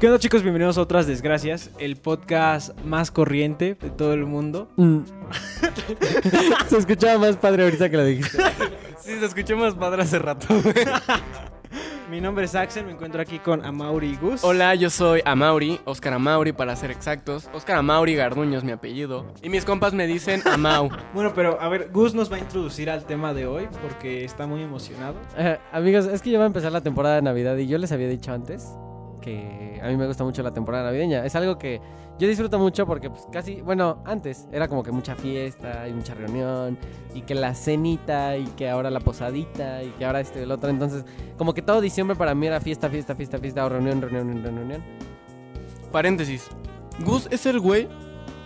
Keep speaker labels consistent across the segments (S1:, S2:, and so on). S1: ¿Qué onda chicos? Bienvenidos a Otras Desgracias, el podcast más corriente de todo el mundo.
S2: Mm. Se escuchaba más padre ahorita que lo dijiste.
S1: Sí, se escuchó más padre hace rato. Mi nombre es Axel, me encuentro aquí con Amauri y Gus.
S3: Hola, yo soy Amauri, Óscar Amauri para ser exactos. Óscar Amauri Garduño es mi apellido. Y mis compas me dicen Amau.
S1: Bueno, pero a ver, Gus nos va a introducir al tema de hoy porque está muy emocionado.
S2: Eh, amigos, es que ya va a empezar la temporada de Navidad y yo les había dicho antes que a mí me gusta mucho la temporada navideña. Es algo que yo disfruto mucho porque pues casi, bueno, antes era como que mucha fiesta y mucha reunión y que la cenita y que ahora la posadita y que ahora este y el otro. Entonces, como que todo diciembre para mí era fiesta, fiesta, fiesta, fiesta o reunión, reunión, reunión, reunión.
S3: Paréntesis. Gus es el güey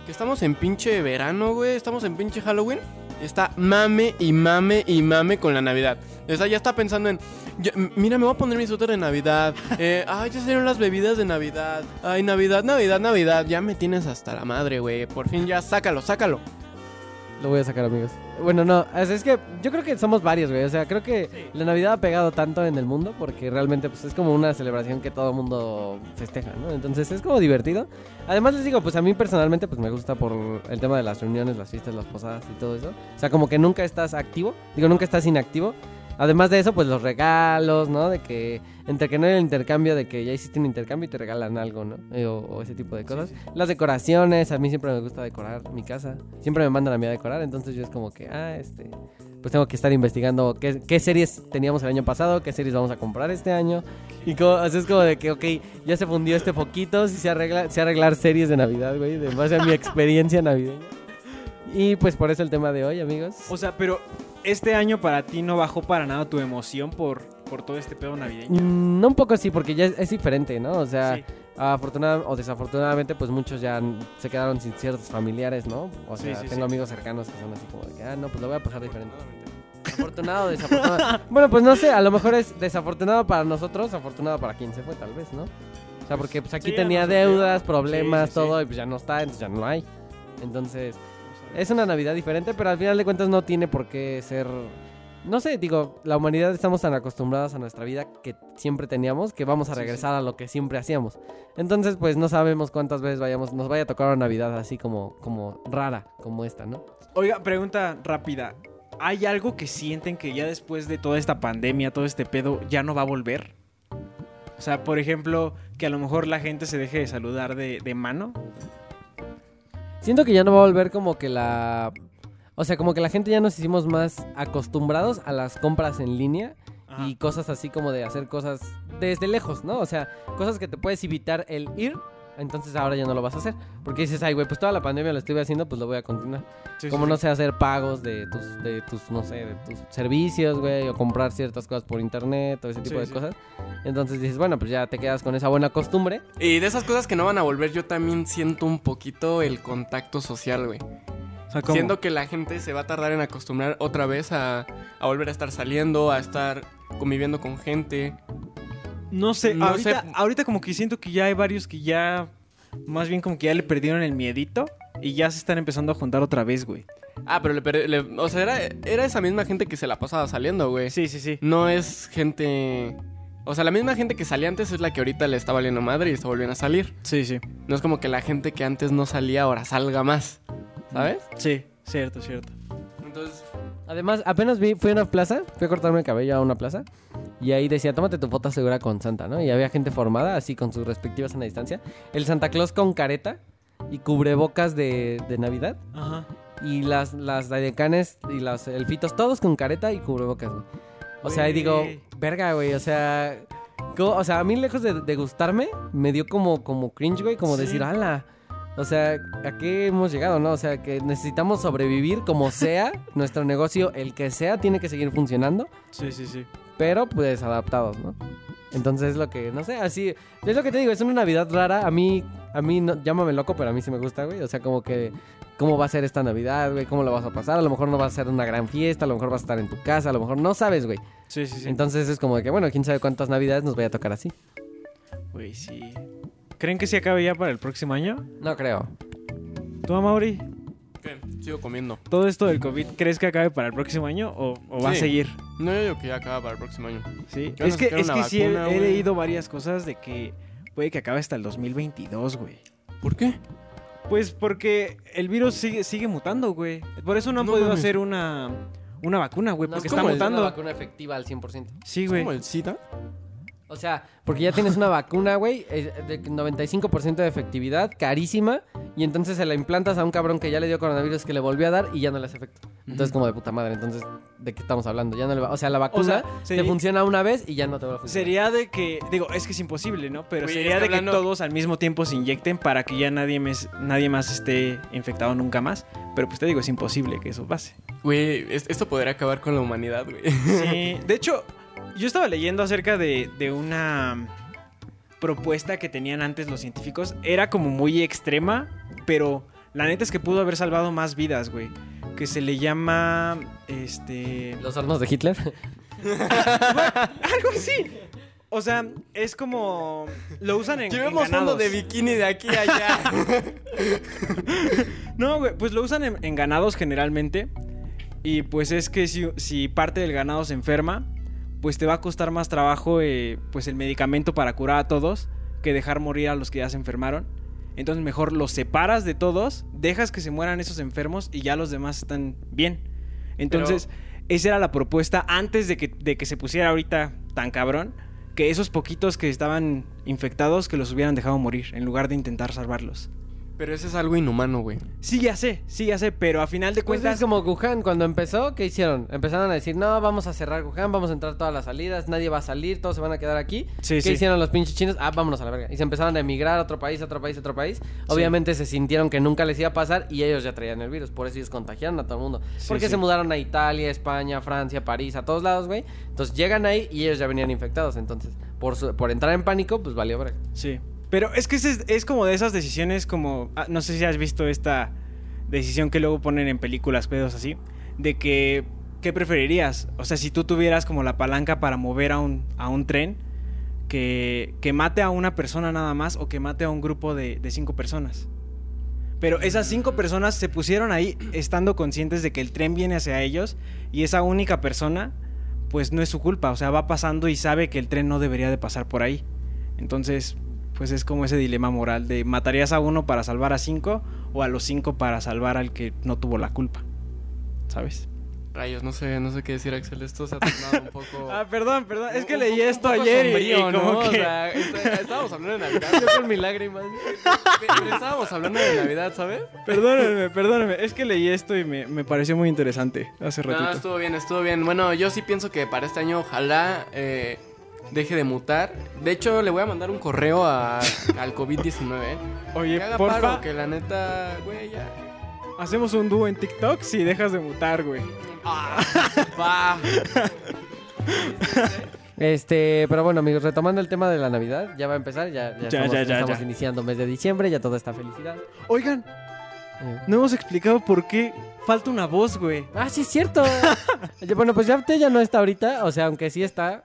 S3: que estamos en pinche verano, güey. Estamos en pinche Halloween. y Está mame y mame y mame con la Navidad. O sea, ya está pensando en. "Ya, m- mira, me voy a poner mi suéter de Navidad. Eh, ay, ya salieron las bebidas de Navidad. Ay, Navidad, Navidad, Navidad. Ya me tienes hasta la madre, güey. Por fin ya, sácalo, sácalo.
S2: Lo voy a sacar, amigos. Bueno, no, es, es que yo creo que somos varios, güey. O sea, creo que la Navidad ha pegado tanto en el mundo porque realmente pues, es como una celebración que todo mundo festeja, ¿no? Entonces es como divertido. Además les digo, pues a mí personalmente pues me gusta por el tema de las reuniones, las fiestas, las posadas y todo eso. O sea, como que nunca estás activo, digo, nunca estás inactivo. Además de eso, pues los regalos, ¿no? De que entre que no hay el intercambio, de que ya hiciste un intercambio y te regalan algo, ¿no? Eh, O, o ese tipo de cosas. Las decoraciones, a mí siempre me gusta decorar mi casa. Siempre me mandan a mí a decorar, entonces yo es como que, ah, este, pues tengo que estar investigando qué, qué series teníamos el año pasado, qué series vamos a comprar este año. Y como, o sea, es como de que, ok, ya se fundió este poquito, si se arregla, se arreglar series de Navidad, güey, de base a mi experiencia navideña. Y pues por eso el tema de hoy, amigos.
S1: O sea, pero este año para ti no bajó para nada tu emoción por, por todo este pedo navideño.
S2: Mm, No un poco así, porque ya es, es diferente, ¿no? O sea,
S1: Sí.
S2: afortunada o desafortunadamente, pues muchos ya n- se quedaron sin ciertos familiares, ¿no? O
S1: Sí,
S2: sea,
S1: sí,
S2: tengo
S1: sí.
S2: amigos cercanos que son así como de que, ah, no, pues lo voy a pasar diferente. Afortunado, desafortunado. bueno, pues no sé, a lo mejor es desafortunado para nosotros, afortunado para quien se fue, tal vez, ¿no? O sea, porque pues aquí
S1: sí, a
S2: tenía
S1: nosotros.
S2: deudas, problemas,
S1: Sí, sí, sí.
S2: todo, y pues ya no está, entonces ya no hay. Entonces, es una Navidad diferente, pero al final de cuentas no tiene por qué ser. No sé, digo, la humanidad estamos tan acostumbrados a nuestra vida que siempre teníamos que vamos a
S1: Sí,
S2: regresar a lo que siempre hacíamos. Entonces, pues no sabemos cuántas veces vayamos, nos vaya a tocar una Navidad así como, como rara, como esta, ¿no?
S1: Oiga, pregunta rápida. ¿Hay algo que sienten que ya después de toda esta pandemia, todo este pedo, ya no va a volver? O sea, por ejemplo, que a lo mejor la gente se deje de saludar de, de mano.
S2: Siento que ya no va a volver como que la. O sea, como que la gente ya nos hicimos más acostumbrados a las compras en línea y cosas así como de hacer cosas desde lejos, ¿no? O sea, cosas que te puedes evitar el ir, entonces ahora ya no lo vas a hacer. Porque dices, ay, güey, pues toda la pandemia lo estuve haciendo, pues lo voy a continuar.
S1: Sí, sí,
S2: como
S1: sí.
S2: no sé, hacer pagos de tus, de tus, no sé, de tus servicios, güey, o comprar ciertas cosas por internet, o ese tipo
S1: Sí,
S2: de
S1: sí.
S2: cosas. Entonces dices, bueno, pues ya te quedas con esa buena costumbre.
S3: Y de esas cosas que no van a volver, yo también siento un poquito el contacto social, güey.
S1: O sea, ¿cómo?
S3: Siento que la gente se va a tardar en acostumbrar otra vez a, a volver a estar saliendo, a estar conviviendo con gente.
S1: No sé,
S3: No
S1: ahorita,
S3: sé.
S1: ahorita como que siento que ya hay varios que ya, más bien como que ya le perdieron el miedito y ya se están empezando a juntar otra vez, güey.
S3: Ah, pero le, per- le- o sea, era, era esa misma gente que se la pasaba saliendo, güey.
S1: Sí, sí, sí.
S3: No es gente... O sea, la misma gente que salía antes es la que ahorita le está valiendo madre y está volviendo a salir.
S1: Sí, sí.
S3: No es como que la gente que antes no salía ahora salga más, ¿sabes?
S1: Sí, cierto, cierto.
S3: Entonces,
S2: Además, apenas vi, fui a una plaza, fui a cortarme el cabello a una plaza, y ahí decía, tómate tu foto segura con Santa, ¿no? Y había gente formada, así con sus respectivas en la distancia. El Santa Claus con careta y cubrebocas de, de Navidad,
S1: Ajá.
S2: y las, las decanes y los elfitos, todos con careta y cubrebocas, güey. O sea, ahí
S1: Güey.
S2: digo, verga, güey, o sea... co- O sea, a mí lejos de, de gustarme, me dio como, como cringe, güey, como
S1: Sí.
S2: decir, ala. O sea, ¿a qué hemos llegado, no? O sea, que necesitamos sobrevivir como sea. Nuestro negocio, el que sea, tiene que seguir funcionando,
S1: Sí, sí, sí. pero
S2: pero pues adaptados, ¿no? Entonces es lo que, no sé, así. Es lo que te digo, es una Navidad rara. A mí, a mí, no, llámame loco, pero a mí sí me gusta, güey. O sea, como que, ¿cómo va a ser esta Navidad, güey? ¿Cómo la vas a pasar? A lo mejor no va a ser una gran fiesta, a lo mejor vas a estar en tu casa, a lo mejor no sabes, güey.
S1: Sí, sí, sí.
S2: Entonces es como de que, bueno, quién sabe cuántas Navidades nos vaya a tocar así.
S1: Güey, sí. ¿Creen que se acabe ya para el próximo año?
S2: No creo.
S1: ¿Tú, Mauri?
S3: ¿qué? Sigo comiendo.
S1: ¿Todo esto del COVID crees que acabe para el próximo año o, o va a
S3: Sí.
S1: seguir?
S3: No, yo digo que ya acaba para el próximo año.
S1: Sí.
S3: Ya
S1: Es
S3: nos
S1: que,
S3: sacaron
S1: es
S3: la
S1: que sí he,
S3: vacuna,
S1: he
S3: güey.
S1: leído varias cosas de que puede que acabe hasta el 2022, güey.
S3: ¿Por qué?
S1: Pues porque el virus sigue, sigue mutando, güey. Por eso no han
S3: No
S1: podido
S3: mames.
S1: hacer una, una vacuna, güey,
S2: No,
S1: porque
S2: es
S1: está
S2: como el-
S1: mutando.
S2: Una vacuna efectiva al 100%.
S1: Sí,
S3: ¿Es
S1: güey.
S3: como el SIDA?
S2: O sea, porque ya tienes una vacuna, güey, eh, de 95% de efectividad, carísima, y entonces se la implantas a un cabrón que ya le dio coronavirus que le volvió a dar y ya no le hace efecto. Entonces, como de puta madre, entonces, ¿de qué estamos hablando? Ya no le va- O sea, la vacuna
S1: O sea,
S2: te
S1: sería-
S2: funciona una vez y ya no te va a funcionar.
S1: Sería de que, digo, es que es imposible, ¿no? Pero
S3: Güey,
S1: sería
S3: es
S1: de
S3: que
S1: que
S3: hablando-
S1: todos al mismo tiempo se inyecten para que ya nadie, mes- nadie más esté infectado nunca más. Pero pues te digo, es imposible que eso pase.
S3: Güey, es- esto podría acabar con la humanidad, güey.
S1: Sí, de hecho, yo estaba leyendo acerca de, de una mm, propuesta que tenían antes los científicos. Era como muy extrema, pero la neta es que pudo haber salvado más vidas, güey. Que se le llama, este...
S2: Los hornos de Hitler.
S1: Algo así. O sea, es como... Lo usan en... en
S3: Llevemos fondo
S1: ganados.
S3: de bikini de aquí a allá.
S1: No, güey, pues lo usan en, en ganados generalmente. Y pues es que si, si parte del ganado se enferma, pues te va a costar más trabajo eh, pues el medicamento para curar a todos que dejar morir a los que ya se enfermaron. Entonces mejor los separas de todos, dejas que se mueran esos enfermos y ya los demás están bien. Entonces, esa era la propuesta antes de que, de que se pusiera ahorita tan cabrón, que esos poquitos que estaban infectados, que los hubieran dejado morir en lugar de intentar salvarlos.
S3: Pero eso es algo inhumano, güey.
S1: Sí, ya sé, sí, ya sé, pero a final de
S2: Pues
S1: cuentas.
S2: es como Wuhan, cuando empezó, ¿qué hicieron? Empezaron a decir, no, vamos a cerrar Wuhan, vamos a entrar todas las salidas, nadie va a salir, todos se van a quedar aquí.
S1: Sí,
S2: ¿Qué
S1: sí.
S2: hicieron los pinches chinos? Ah, vámonos a la verga. Y se empezaron a emigrar a otro país, a otro país, a otro país. Obviamente se sintieron que nunca les iba a pasar y ellos ya traían el virus. Por eso ellos contagiaron a todo el mundo.
S1: Sí,
S2: Porque
S1: sí.
S2: se mudaron a Italia, España, Francia, París, a todos lados, güey. Entonces llegan ahí y ellos ya venían infectados. Entonces, por, su- por entrar en pánico, pues valió verga.
S1: Sí. Pero es que ese es, es como de esas decisiones como. ah, no sé si has visto esta decisión que luego ponen en películas, pedos así. De que. ¿Qué preferirías? O sea, si tú tuvieras como la palanca para mover a un, a un tren. Que, que mate a una persona nada más o que mate a un grupo de, de cinco personas. Pero esas cinco personas se pusieron ahí estando conscientes de que el tren viene hacia ellos y esa única persona, pues no es su culpa. O sea, va pasando y sabe que el tren no debería de pasar por ahí. Entonces, pues es como ese dilema moral de ¿matarías a uno para salvar a cinco o a los cinco para salvar al que no tuvo la culpa? ¿Sabes?
S3: Rayos, no sé, no sé qué decir, Axel. Esto se ha tornado un poco.
S1: Ah, perdón, perdón. Es que
S3: un-
S1: leí
S3: un
S1: esto
S3: poco
S1: ayer y-
S3: sombrío,
S1: y como
S3: ¿no? O
S1: que-
S3: sea, está- estábamos hablando de Navidad.
S2: Yo con mi lágrima.
S3: Pero estábamos hablando de Navidad, ¿sabes?
S1: Perdónenme, perdónenme. Es que leí esto y me, me pareció muy interesante hace
S3: No,
S1: ratito.
S3: estuvo bien, estuvo bien. Bueno, yo sí pienso que para este año ojalá eh, deje de mutar. De hecho, le voy a mandar un correo a- al COVID-19. ¿eh?
S1: Oye,
S3: Que haga
S1: porfa,
S3: paro, que la neta, güey, ya.
S1: hacemos un dúo en TikTok si dejas de mutar, güey.
S3: Ah, Va.
S2: Este, pero bueno, amigos, retomando el tema de la Navidad, ya va a empezar, ya, ya,
S1: Ya,
S2: estamos,
S1: ya,
S2: ya
S1: ya,
S2: estamos
S1: ya.
S2: iniciando mes de diciembre, ya toda esta felicidad.
S1: Oigan,
S2: Eh,
S1: no hemos explicado por qué falta una voz, güey.
S2: Ah, sí, es cierto. Ya- bueno, pues ya, ya no está ahorita, o sea, aunque sí está,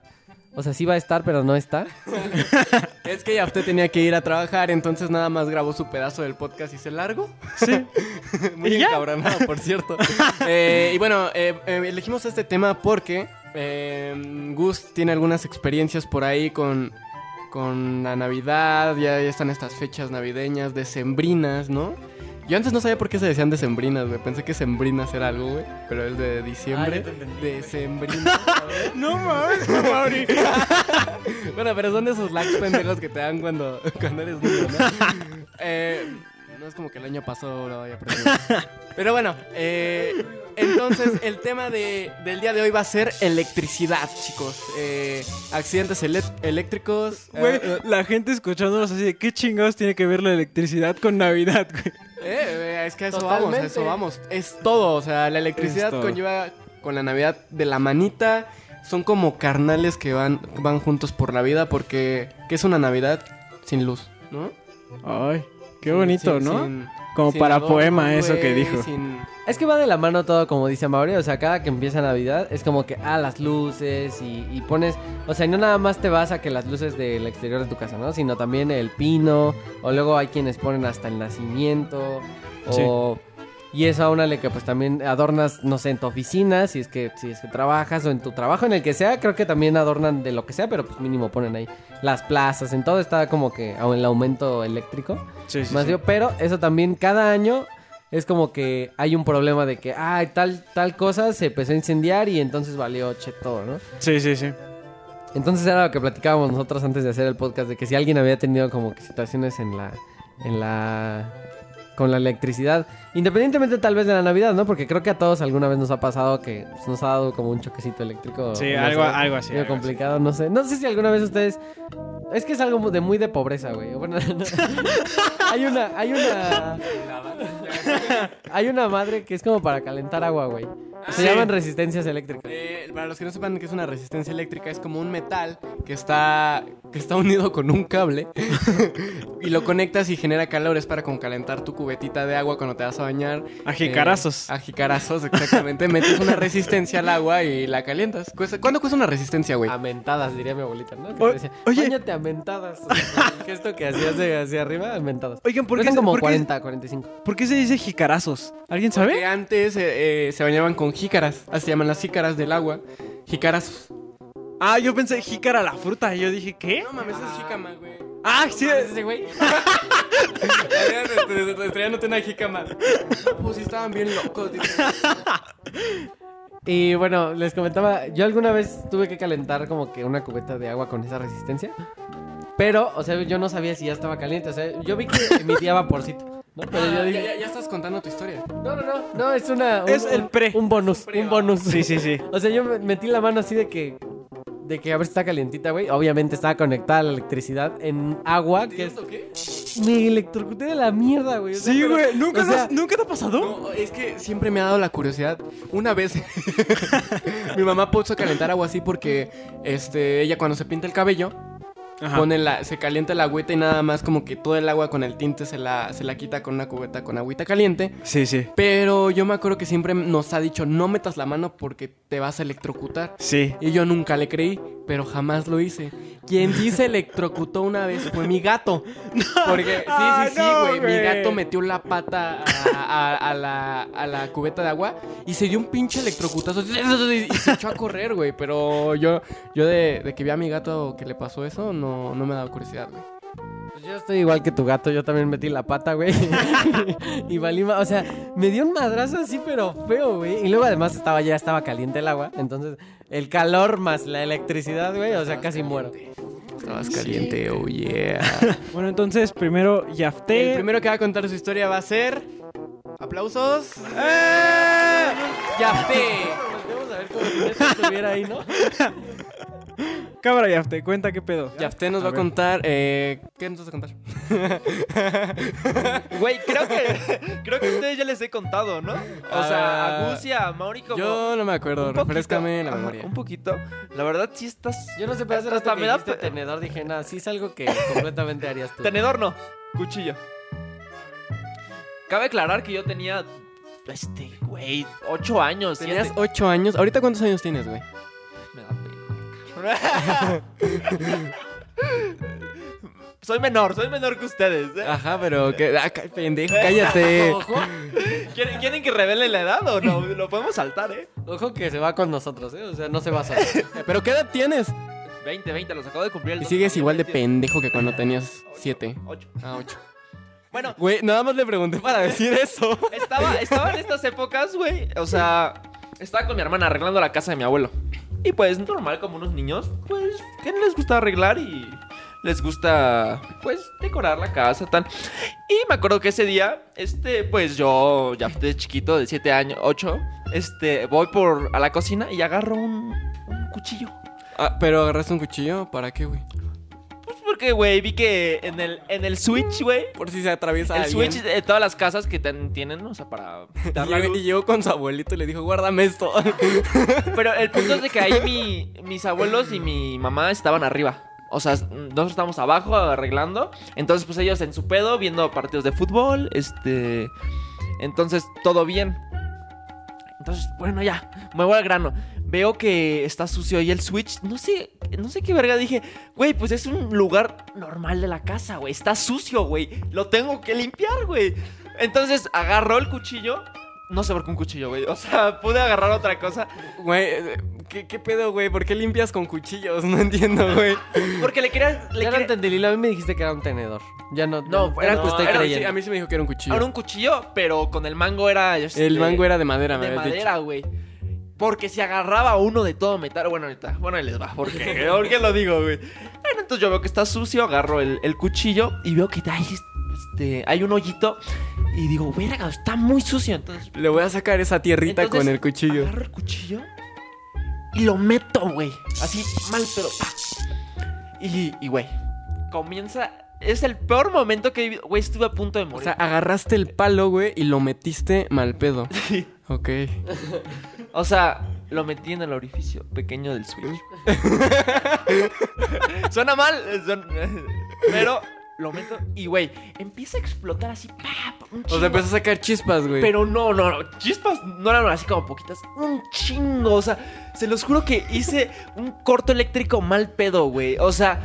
S2: o sea, sí va a estar, pero no está.
S3: Es que ya usted tenía que ir a trabajar, entonces nada más grabó su pedazo del podcast y se largo.
S1: Sí.
S3: Muy
S1: ¿Y ya?
S3: encabronado, por cierto. Eh, y bueno, eh, eh, elegimos este tema porque eh, Gus tiene algunas experiencias por ahí con, con la Navidad. Ya, ya están estas fechas navideñas, decembrinas, ¿no? Yo antes no sabía por qué se decían decembrinas, güey. Pensé que sembrinas era algo, güey. Pero el de
S2: Ah,
S3: diciembre.
S2: ya te entendí,
S3: decembrinas.
S1: no mames, Mauri.
S3: Bueno, pero son de esos lags pendejos que te dan cuando, cuando eres niño, ¿no? Eh, no es como que el año pasado lo haya aprendido. Pero bueno, eh, entonces el tema de- del día de hoy va a ser electricidad, chicos. Eh, accidentes elec- eléctricos.
S1: Güey,
S3: eh,
S1: la gente escuchándonos así de qué chingados tiene que ver la electricidad con Navidad, güey.
S3: eh, eh, es que a eso vamos, a
S2: Totalmente.
S3: eso vamos. Es todo, o sea, la electricidad
S1: Es todo.
S3: conlleva con la Navidad de la manita. Son como carnales que van, van juntos por la vida porque ¿qué es una Navidad sin luz, no?
S1: Ay, qué
S3: Sin-
S1: bonito,
S3: sin-
S1: ¿no?
S3: sin-
S1: Como
S3: sin
S1: para
S3: adorno,
S1: poema eso que
S3: güey,
S1: dijo.
S3: sin-
S2: Es que va de la mano todo, como dice Mauri, o sea, cada que empieza Navidad es como que, ah, las luces y, y pones, o sea, no nada más te vas a que las luces del exterior de tu casa, ¿no? Sino también el pino, o luego hay quienes ponen hasta el nacimiento, o... Y eso aúnale que pues también adornas, no sé, en tu oficina, si es que, si es que trabajas o en tu trabajo, en el que sea, creo que también adornan de lo que sea, pero pues mínimo ponen ahí las plazas, en todo está como que aún el aumento eléctrico.
S1: Sí, sí,
S2: más
S1: sí.
S2: digo, pero eso también cada año es como que hay un problema de que, ay, tal, tal cosa se empezó a incendiar y entonces valió che todo, ¿no?
S1: Sí, sí, sí.
S2: Entonces era lo que platicábamos nosotros antes de hacer el podcast, de que si alguien había tenido como que situaciones en la... En la con la electricidad, independientemente tal vez de la Navidad, ¿no? Porque creo que a todos alguna vez nos ha pasado que pues, nos ha dado como un choquecito eléctrico.
S1: Sí,
S2: no
S1: algo-
S2: sé,
S1: algo así,
S2: medio
S1: algo así.
S2: complicado, no sé. No sé si alguna vez ustedes... Es que es algo de muy de pobreza, güey. Bueno, no. hay una... Hay una... Hay una madre que es como para calentar agua, güey. Se
S3: sí.
S2: llaman resistencias eléctricas.
S3: Eh, para los que no sepan que es una resistencia eléctrica, es como un metal que está, que está unido con un cable y lo conectas y genera calor. Es para como calentar tu cubetita de agua cuando te vas a bañar.
S1: A jicarazos.
S3: Eh, a jicarazos, exactamente. Metes una resistencia al agua y la calientas. Cuesta- ¿Cuánto cuesta una resistencia, güey?
S2: Amentadas, diría mi abuelita, ¿no? Que
S1: O-
S2: te decía,
S1: oye.
S2: "Báñate a mentadas. O sea, el gesto que hacías de hacia arriba, amentadas.
S1: Oigan, ¿por qué,
S2: Creo que
S1: se-
S2: eran como
S1: por qué-
S2: 40, 45.
S1: por qué se dice jicarazos? ¿Alguien sabe?
S3: Que antes eh, eh, se bañaban con jícaras. Así se llaman las jícaras del agua. Jicarazos.
S1: Ah, yo pensé jícara la fruta. Y yo dije, ¿qué?
S3: No mames, es jícama, güey.
S1: Ah, sí.
S3: ese güey? Estrellándote una jícama. Pues sí, estaban bien locos, tío.
S2: Y bueno, les comentaba, yo alguna vez tuve que calentar como que una cubeta de agua con esa resistencia. Pero, o sea, yo no sabía si ya estaba caliente. O sea, yo vi que emitía vaporcito. ¿no? Pero yo
S3: ya,
S2: dije,
S3: ya- ya estás contando tu historia.
S2: No, no, no, no, es una. un-
S1: Es el pre.
S2: Un bonus,
S3: pre,
S2: un bonus.
S1: Sí, sí, sí.
S2: O sea, yo me- metí la mano así de que. De que a ver si está calientita, güey. Obviamente estaba conectada a la electricidad en agua, que es.
S3: ¿Esto qué?
S2: Me electrocuté de la mierda, güey. O sea,
S1: Sí,
S2: pero-
S1: güey. ¿Nunca,
S2: o sea,
S1: nos- ¿Nunca te ha pasado?
S3: No, es que siempre me ha dado la curiosidad. Una vez mi mamá puso a calentar agua así porque este, ella cuando se pinta el cabello
S1: Ajá.
S3: pone la, se calienta la agüita y nada más como que todo el agua con el tinte se la, se la quita con una cubeta con agüita caliente.
S1: Sí, sí.
S3: Pero yo me acuerdo que siempre nos ha dicho no metas la mano porque te vas a electrocutar.
S1: Sí.
S3: Y yo nunca le creí, pero jamás lo hice. Quien sí se electrocutó una vez fue mi gato. Porque, sí,
S1: Ah,
S3: sí, sí,
S1: no,
S3: güey. mi
S1: güey.
S3: gato metió la pata a, a- a la, a la cubeta de agua y se dio un pinche electrocutazo y se echó a correr, güey. Pero yo, yo de, de que vi a mi gato que le pasó eso, no, no me daba curiosidad, güey.
S2: Pues yo estoy igual que tu gato, yo también metí la pata, güey. y valí ma- O sea, me dio un madrazo así, pero feo, güey. Y luego además estaba ya estaba caliente el agua. Entonces, el calor más la electricidad, güey. O sea, casi muero.
S3: Estabas caliente, oh yeah.
S1: Bueno, entonces primero yafté.
S3: El primero que va a contar su historia va a ser. ¡Aplausos! ¡Eh! ¡Yafté!
S2: Volteamos a ver como si neta estuviera ahí, ¿no?
S1: Cámara yafté, cuenta qué pedo.
S3: Yafté nos
S1: A
S3: va a
S1: ver.
S3: contar. Eh, ¿Qué nos vas a contar?
S4: Güey, creo que, creo que a ustedes ya les he contado, ¿no? O sea,
S3: Ah,
S4: a Gus y a Mauri como...
S3: Yo no me
S4: un
S3: acuerdo,
S4: poquito-
S3: refrescame la
S4: ajá,
S3: memoria.
S4: Un poquito. La verdad, sí estás...
S2: Yo no sé, pero hace
S4: Hasta
S2: rato que
S4: me da
S2: dijiste
S4: pe-
S2: tenedor dije, nada, sí es algo que completamente harías tú.
S4: Tenedor no, cuchillo. Cabe aclarar que yo tenía... Este, güey, ocho años.
S3: Tenías
S4: siete.
S3: 8 años. ¿Ahorita cuántos años tienes, güey?
S4: Me da pena. soy menor, soy menor que ustedes. ¿eh?
S3: Ajá, pero. Que, ah, ca- pendejo, cállate.
S2: Ojo,
S4: ¿Quieren, quieren que revele la edad o no? Lo podemos saltar, ¿eh?
S2: ojo que se va con nosotros, ¿eh? O sea, no se va solo.
S3: ¿Pero qué edad tienes?
S4: 20, 20, los acabo de cumplir. el
S3: Y
S4: dos
S3: sigues
S4: de
S3: igual de
S4: noviembre,
S3: pendejo que cuando tenías 7.
S4: ocho.
S3: Ah, 8.
S4: Bueno,
S3: Güey, nada más le pregunté para decir eso.
S4: Estaba, estaba en estas épocas, güey. O sea, estaba con mi hermana arreglando la casa de mi abuelo. Y pues, normal, como unos niños, pues, ¿qué les gusta arreglar? Y les gusta, pues, decorar la casa, tal. Y me acuerdo que ese día, este, pues yo, ya de chiquito, de 7 años, 8, este, voy por a la cocina y agarro un, un cuchillo.
S3: Ah, pero agarraste un cuchillo, ¿para qué, güey?
S4: Pues porque, güey, vi que en el, en el Switch, güey.
S3: Por si se atraviesa
S4: El
S3: alguien.
S4: Switch de todas las casas que ten- tienen, o sea, para dar la
S3: Y llegó-
S4: luz.
S3: y llegó con su abuelito y le dijo, guárdame esto.
S4: Pero el punto es de que ahí mi- mis abuelos y mi mamá estaban arriba. O sea, nosotros estábamos abajo arreglando. Entonces, pues ellos en su pedo, viendo partidos de fútbol. Este. Entonces, todo bien. Entonces, bueno, ya, me voy al grano. Veo que está sucio ahí el Switch. No sé, no sé qué verga dije. Güey, pues es un lugar normal de la casa, güey. Está sucio, güey. Lo tengo que limpiar, güey. Entonces agarró el cuchillo, no se abarcó un cuchillo, güey. O sea, pude agarrar otra cosa.
S3: Güey, eh, ¿qué, qué pedo, güey? ¿Por qué limpias con cuchillos? No entiendo, güey.
S4: Porque le quería. Le
S2: Ya no
S4: quería-
S2: entendí, Lila, a mí me dijiste que era un tenedor. Ya no.
S4: No,
S2: era
S4: era-
S2: lo que estoy
S3: Ahora
S4: era-
S3: sí,
S2: creyendo.
S3: a mí se me dijo que era un cuchillo.
S4: Ahora un cuchillo, pero con el mango era. este,
S3: El mango era de madera, me
S4: de
S3: habías dicho.
S4: madera, güey. Porque si agarraba uno de todo metal, bueno, ahorita, bueno, ahí les va, porque, ¿por qué lo digo, güey? Bueno, entonces yo veo que está sucio, agarro el, el cuchillo y veo que hay, este, hay un hoyito y digo, verga, está muy sucio. Entonces,
S3: Le voy a sacar esa tierrita
S4: Entonces,
S3: con el cuchillo.
S4: agarro el cuchillo y lo meto, güey. Así, mal, pero. pa. Y, y, güey, comienza. Es el peor momento que he vivido. Güey, estuve a punto de
S3: O
S4: morir.
S3: sea, agarraste el palo, güey, y lo metiste mal pedo. Ok.
S4: O sea, lo metí en el orificio pequeño del Switch. suena mal, eh, suena- pero lo meto y, güey, empieza a explotar así. pa, pa, un
S3: O sea,
S4: chingo.
S3: empezó a sacar chispas, güey.
S4: Pero no, no, no, chispas no eran así como poquitas, un chingo, o sea, se los juro que hice un corto eléctrico mal pedo, güey. O sea,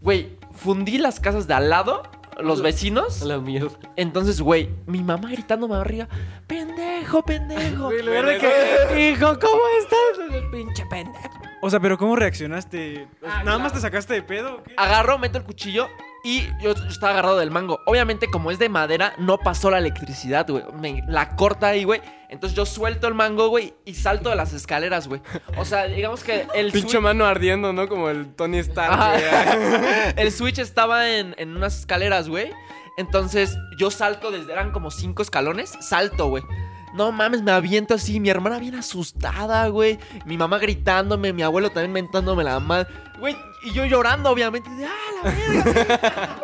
S4: güey, fundí las casas de al lado, los vecinos.
S2: La mierda.
S4: Entonces, güey, mi mamá gritándome arriba, pendejo, pendejo.
S2: Güey, lo peor de que- Hijo, ¿cómo estás? Pinche pendejo.
S1: O sea, pero ¿cómo reaccionaste? O sea, ¿Nada más te sacaste de pedo? o qué?
S4: Agarro, meto el cuchillo y yo estaba agarrado del mango. Obviamente, como es de madera, no pasó la electricidad, güey. Me la corta ahí, güey. Entonces yo suelto el mango, güey, y salto de las escaleras, güey. O sea, digamos que el
S3: Pinche
S4: switch,
S3: mano ardiendo, ¿no? Como el Tony Stark,
S4: Ajá.
S3: güey.
S4: el switch estaba en, en unas escaleras, güey. Entonces yo salto desde, eran como cinco escalones, salto, güey. No mames, me aviento así, mi hermana bien asustada, güey. Mi mamá gritándome, mi abuelo también mentándome la madre. Güey, y yo llorando, obviamente. de, ¡Ah, la verga!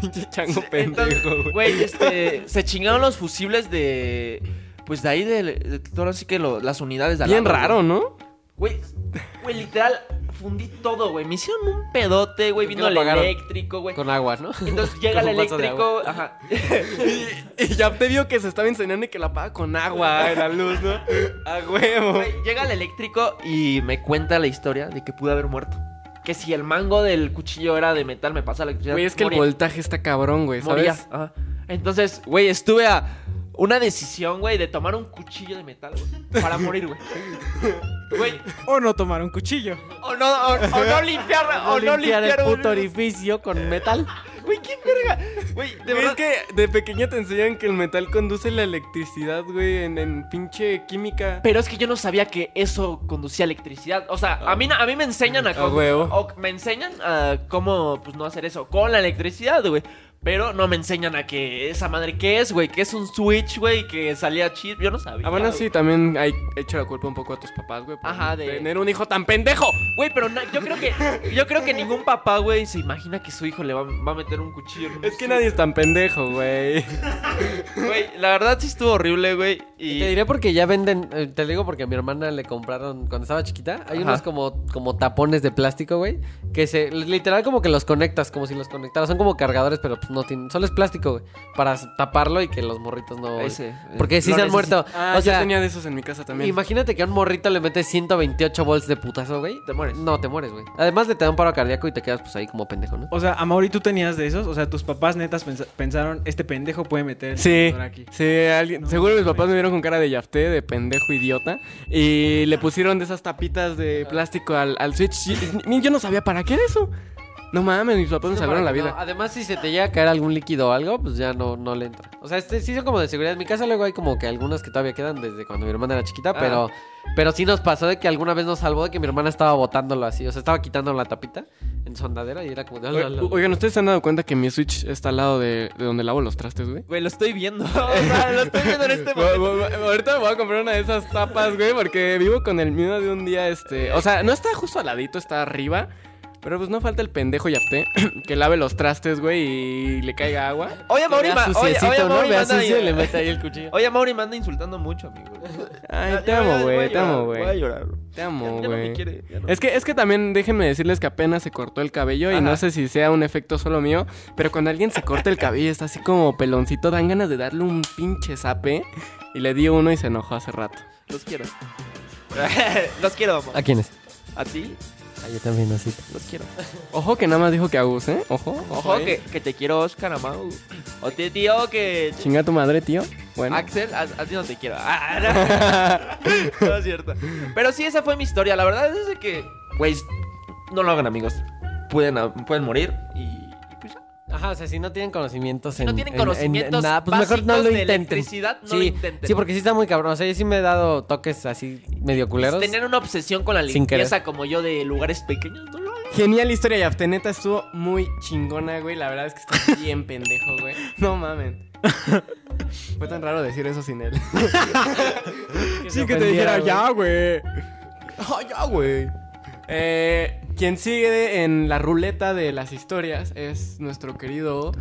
S3: Pinche chango
S4: Entonces,
S3: pendejo, güey.
S4: Güey, este, se chingaron los fusibles de. Pues de ahí, de, de todo así que lo- las unidades de al
S3: Bien
S4: lado,
S3: raro, ¿no?
S4: Güey, güey, literal, fundí todo, güey. Me hicieron un pedote, güey.
S2: ¿Con qué
S4: Vino
S2: lo
S4: el
S2: pagaron?
S4: eléctrico, güey.
S2: Con agua, ¿no?
S4: Entonces llega el
S2: con un vaso de
S4: eléctrico, ajá.
S3: Y ya te vio que se estaba incendiando y que la apaga con agua, eh, la luz, ¿no? A huevo.
S4: Güey, llega el eléctrico y me cuenta la historia de que pude haber muerto. Que si el mango del cuchillo era de metal, me pasa la electricidad.
S3: Güey, es que el
S4: moría.
S3: voltaje está cabrón, güey,
S4: Moría.
S3: ¿sabes?
S4: Ajá. Entonces, güey, estuve a una decisión, güey, de tomar un cuchillo de metal, güey, para morir, güey. Güey,
S1: O no tomar un cuchillo.
S4: o no, o, o no limpiar, o no limpiar,
S2: el
S4: un-
S2: puto orificio con metal.
S4: Güey, qué verga. Güey, de
S3: Güey,
S4: verdad.
S3: es que de pequeño te enseñan que el metal conduce la electricidad, güey, en, en pinche química.
S4: Pero es que yo no sabía que eso conducía electricidad. O sea, a mí, na- a mí me enseñan a
S3: A
S4: cómo.
S3: huevo.
S4: o me enseñan a cómo pues, no hacer eso con la electricidad, güey. Pero no me enseñan a que esa madre qué es, güey. Que es un switch, güey. Que salía chip. Yo no sabía.
S3: Ah, bueno,
S4: güey.
S3: sí, también hay hecho la culpa un poco a tus papás, güey. por
S4: Ajá, de-
S3: Tener un hijo tan pendejo.
S4: Güey, pero na- yo creo que yo creo que ningún papá, güey, se imagina que su hijo le va, va a meter un cuchillo. en un-
S3: Es que nadie es tan pendejo, güey.
S4: Güey, la verdad sí estuvo horrible, güey. Y
S2: Te diré porque ya venden, eh, te lo digo porque a mi hermana le compraron cuando estaba chiquita, hay
S4: Ajá.
S2: unos como, como tapones de plástico, güey, que se, literal como que los conectas, como si los conectaras, son como cargadores, pero pues no tienen, solo es plástico, güey, para taparlo y que los morritos no...
S4: Ese, eh,
S2: porque sí
S4: lo
S2: se han
S4: necesito.
S2: muerto.
S3: Ah,
S2: o sea,
S3: yo tenía de esos en mi casa también.
S2: imagínate que a un morrito le metes 128 volts de putazo, güey.
S4: Te mueres.
S2: No, te mueres, güey. Además le te da un paro cardíaco y te quedas pues ahí como pendejo, ¿no?
S1: O sea, a Mauri tú tenías de esos. O sea, tus papás netas pens- pensaron, este pendejo puede meter el
S3: Sí,
S1: computador aquí.
S3: sí, alguien,
S1: No,
S3: seguro mis
S1: no,
S3: papás me vieron con cara de yafté, de pendejo idiota, y le pusieron de esas tapitas de plástico al, al switch. Sí, ni- Yo no sabía para qué era eso. No mames, mis papás me salvaron la
S2: No,
S3: vida.
S2: además, si se te llega a caer algún líquido o algo, pues ya no, no le entra. O sea, este sí son como de seguridad. En mi casa luego hay como que algunas que todavía quedan desde cuando mi hermana era chiquita,
S4: Ah.
S2: pero, pero sí nos pasó de que alguna vez nos salvó de que mi hermana estaba botándolo así. O sea, estaba quitando la tapita en su andadera y era como de... "Ah, "Ala, ala,
S3: O-
S2: ala".
S3: Oigan, ¿ustedes se han dado cuenta que mi switch está al lado de, de donde lavo los trastes, güey?
S4: Güey, lo estoy viendo. O sea, lo estoy viendo en este
S3: Voy-
S4: momento.
S3: voy- voy- Ahorita me voy a comprar una de esas tapas, güey, porque vivo con el miedo de un día, este... O sea, no está justo al ladito, está arriba, pero pues no falta el pendejo yafté que lave los trastes, güey, y le caiga agua.
S4: Oye, Mauri,
S2: Vea
S4: ma- oye,
S2: suciecito,
S4: oye,
S2: ¿no?
S4: Mauri,
S2: Vea
S4: manda
S2: sucio y
S4: ahí-
S2: le mete ahí el cuchillo.
S4: Oye, Mauri me anda insultando mucho, amigo.
S3: Ay,
S4: Ya-
S3: te
S4: ya
S3: amo,
S4: voy a
S3: güey, te
S4: llorar,
S3: amo,
S4: Voy a
S3: güey.
S4: llorar.
S3: Te amo,
S4: Ya- ya no me
S3: güey.
S4: quiere, ya no.
S3: Es que, es que también déjenme decirles que apenas se cortó el cabello y
S4: Ajá.
S3: no sé si sea un efecto solo mío, pero cuando alguien se corta el cabello y está así como peloncito, dan ganas de darle un pinche zape y le di uno y se enojó hace rato.
S4: Los quiero. los quiero, amor.
S2: ¿A quiénes?
S4: ¿A ti?
S2: A yo también, así.
S4: Los quiero.
S3: Ojo que nada más dijo que Agus, ¿eh? Ojo, ojo.
S4: Ojo, que, que te quiero, Oscar Amau. O te digo que...
S3: Chinga tu madre, tío. Bueno.
S4: Axel, a, a ti no te quiero. Ah, no. No es cierto. Pero sí, esa fue mi historia. La verdad es de que, güey, no lo hagan, amigos. Pueden, ah, pueden morir y, y pues ya.
S2: Ajá, o sea, si no tienen conocimientos
S4: Si no
S2: en-
S4: tienen
S2: en- en- en
S4: conocimientos
S2: nada, pues mejor no lo
S4: básicos de
S2: intenten.
S4: electricidad, no
S2: sí,
S4: lo intenten.
S2: sí, porque sí está muy cabrón. O sea, yo sí me he dado toques así medio culeros.
S4: Pues Tener una obsesión con la
S2: Sin
S4: limpieza como yo de lugares pequeños, no lo hagan.
S3: Genial historia, y Afteneta estuvo muy chingona, güey. La verdad es que está bien pendejo, güey. No mamen. Fue tan raro decir eso sin él.
S2: se ofendiera,
S3: güey. Ah, ya, güey. Eh, quien sigue en la ruleta de las historias es nuestro querido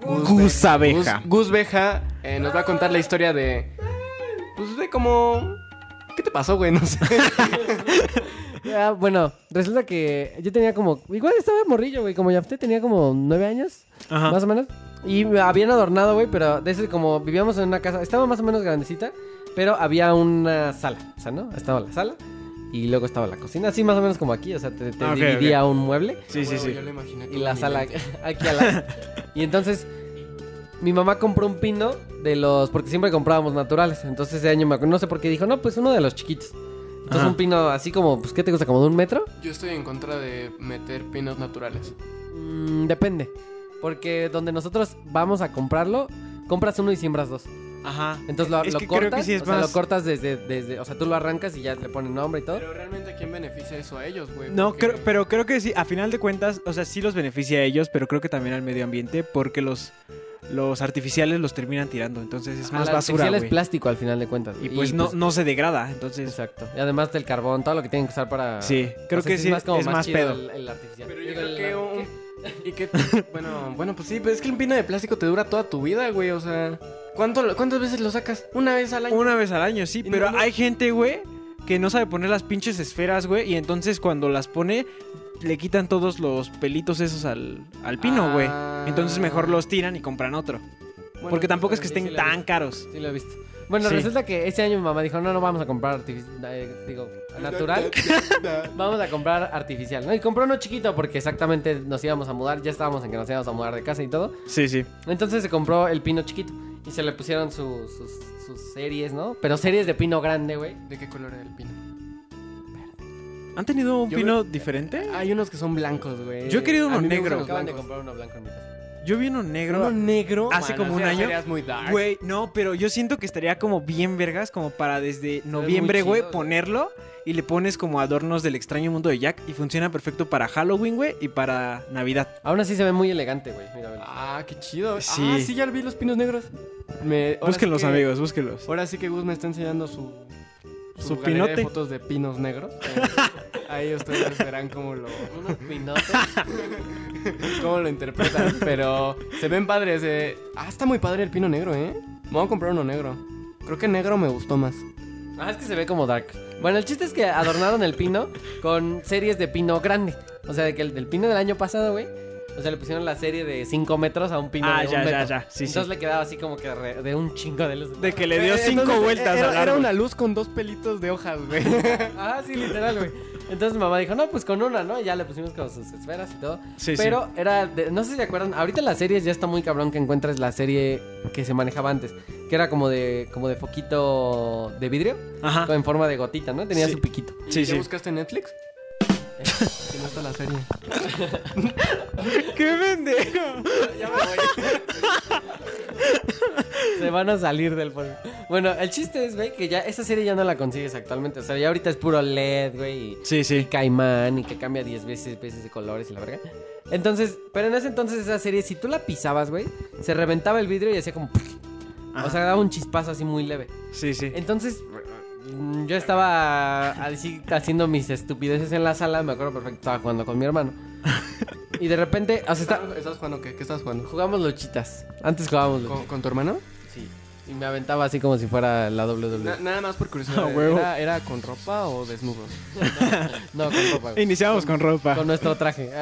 S3: Gus
S1: Gus
S3: Be-
S1: Abeja.
S3: Gus, Gus Beja eh, nos va a contar la historia de. Pues de cómo. ¿Qué te pasó, güey? No sé.
S2: Ya, Ah, bueno, resulta que yo tenía como. Igual estaba morrillo, güey. Como ya usted tenía como nueve años,
S1: Ajá.
S2: más o menos. Y me habían adornado, güey, pero desde como vivíamos en una casa. Estaba más o menos grandecita, pero había una sala. O sea, ¿no? Estaba la sala y luego estaba la cocina. Así más o menos como aquí. O sea, te, te
S1: Ah, ok,
S2: dividía un mueble
S1: Sí, sí,
S3: Huevo,
S1: sí.
S3: yo lo imaginé todo
S2: y
S3: en
S2: la
S3: mi
S2: sala
S3: mente.
S2: aquí al lado. Y entonces mi mamá compró un pino de los porque siempre comprábamos naturales. Entonces ese año me acuerdo, no sé por qué dijo, "No, pues uno de los chiquitos." Entonces
S1: Ajá.
S2: un pino así como, pues qué te gusta como de un metro?
S3: Yo estoy en contra de meter pinos naturales.
S2: Mm, depende, porque donde nosotros vamos a comprarlo, compras uno y siembras dos.
S1: Ajá.
S2: Entonces lo,
S1: Es
S2: lo
S1: que creo que
S2: cortas,
S1: sí es
S2: o sea,
S1: más-
S2: lo cortas desde desde, o sea, tú lo arrancas y ya le ponen nombre y todo.
S3: Pero realmente, ¿a quién beneficia eso a ellos, güey?
S1: No,
S3: Porque-
S1: creo- pero creo que sí, a final de cuentas, o sea, sí los beneficia a ellos, pero creo que también al medio ambiente, porque los, los artificiales los terminan tirando, entonces es
S2: Ajá,
S1: más
S2: Ah, la
S1: basura,
S2: artificial es
S1: güey.
S2: plástico al final de cuentas.
S1: Y pues no, no se degrada, entonces...
S2: Exacto. Y además del carbón, todo lo que tienen que usar para.
S1: Sí, creo que sí,
S2: como
S1: es más
S2: chido
S1: pedo.
S2: El, el artificial.
S3: Pero yo
S2: Digo,
S3: creo
S2: el-
S3: que un- Y que... Bueno, bueno, pues sí, pero es que un pino de plástico te dura toda tu vida, güey. O sea... ¿cuánto, lo- ¿Cuántas veces lo sacas? Una vez al año.
S1: Una vez al año, sí,
S3: Y
S1: pero
S3: no, no.
S1: hay gente, güey, que no sabe poner las pinches esferas, güey, y entonces cuando las pone, le quitan todos los pelitos esos al, al pino, güey.
S3: Ah.
S1: Entonces mejor los tiran y compran otro.
S3: Bueno,
S1: porque tampoco es que
S3: sí, sí
S1: estén
S3: la
S1: tan caros.
S2: Sí, lo he visto. Bueno,
S1: Sí.
S2: resulta que ese año mi mamá dijo: No, no vamos a comprar artificial. digo, natural. vamos a comprar artificial, ¿no? Y compró uno chiquito porque exactamente nos íbamos a mudar. Ya estábamos en que nos íbamos a mudar de casa y todo.
S1: Sí, sí.
S2: Entonces se compró el pino chiquito y se le pusieron su- sus, sus series, ¿no? Pero series de pino grande, güey.
S3: vi. ¿De qué color era el pino?
S1: ¿Han tenido un
S3: Yo
S1: pino diferente?
S3: Hay unos que son blancos, güey.
S1: Yo he querido uno
S3: A mí me
S1: negro.
S3: gustan los
S2: Acaban de
S3: blancos.
S2: comprar uno blanco en mi casa.
S1: Yo vi uno negro.
S3: Uno negro.
S1: Hace
S3: Bueno,
S1: como un
S3: esa
S1: año.
S3: serie es muy dark.
S1: Güey, no, pero yo siento que estaría como bien vergas, como para desde noviembre,
S2: chido,
S1: güey,
S2: güey.
S1: ponerlo y le pones como adornos del extraño mundo de Jack y funciona perfecto para Halloween, güey, y para Navidad.
S2: Aún así se ve muy elegante, güey. Mira, velo.
S3: Ah, qué chido.
S1: Sí.
S3: Ah, sí, ya vi los pinos negros. Me... ahora sí
S1: búsquenlos,
S3: que-
S1: amigos, búsquenlos.
S3: Ahora sí que Gus me está enseñando su...
S1: Su
S3: galería de
S1: pinote.
S3: fotos de pinos negros. Eh, Ahí ustedes verán cómo lo...
S2: Unos pinotes.
S3: cómo lo interpretan, pero se ven padres. eh. Ah, está muy padre el pino negro, ¿eh? Me voy a comprar uno negro. Creo que negro me gustó más.
S2: Ah, es que se ve como dark. Bueno, el chiste es que adornaron el pino con series de pino grande. O sea, de que el del pino del año pasado, güey. O sea, le pusieron la serie de 5 metros a un pino
S1: Ah,
S2: de un
S1: ya, ya,
S2: metro.
S1: ya. Sí, sí.
S2: Entonces le quedaba así como que re- de un chingo de luz.
S1: De que le dio
S3: Eh,
S1: cinco
S3: entonces,
S1: vueltas
S3: era,
S1: al
S3: era
S1: árbol.
S3: una luz con dos pelitos de hojas, güey.
S2: Ah, sí, literal, güey. Entonces mi mamá dijo, no, pues con una, ¿no? Y ya le pusimos con sus esferas y todo.
S1: Sí, sí.
S2: Pero era, de- no sé si se acuerdan, ahorita en las series ya está muy cabrón que encuentres la serie que se manejaba antes. Que era como de, como de foquito de vidrio,
S1: Ajá.
S2: en forma de gotita, ¿no? Tenía
S1: Ah. Sí.
S2: su piquito.
S1: Sí,
S3: ¿Y ya
S1: sí.
S3: buscaste en Netflix? Que no está la serie.
S1: ¡Qué pendejo!
S3: Ya me voy.
S2: Se van a salir del polvo. Bueno, el chiste es, güey, que ya esa serie ya no la consigues actualmente. O sea, ya ahorita es puro LED, güey, y
S1: Sí, sí.
S2: caimán, y que cambia 10 veces, veces de colores y la verga. Entonces, pero en ese entonces esa serie, si tú la pisabas, güey, se reventaba el vidrio y hacía como... O sea, daba un chispazo así muy leve.
S1: Sí, sí.
S2: Entonces, mm, yo estaba así haciendo mis estupideces en la sala, me acuerdo perfecto, estaba jugando con mi hermano. Y de repente, o sea, está-
S3: ¿Estás jugando qué? ¿Qué estás jugando?
S2: jugamos luchitas. Antes jugábamos luchitas.
S3: ¿Con, con tu hermano?
S2: Sí. Y me aventaba así como si fuera la E. WWE.
S3: Na- nada más por curiosidad.
S1: Ah,
S3: eh,
S1: huevo.
S3: ¿era, era con ropa o desnudos?
S2: No, con ropa, güey.
S1: Iniciamos con ropa.
S2: Con nuestro traje.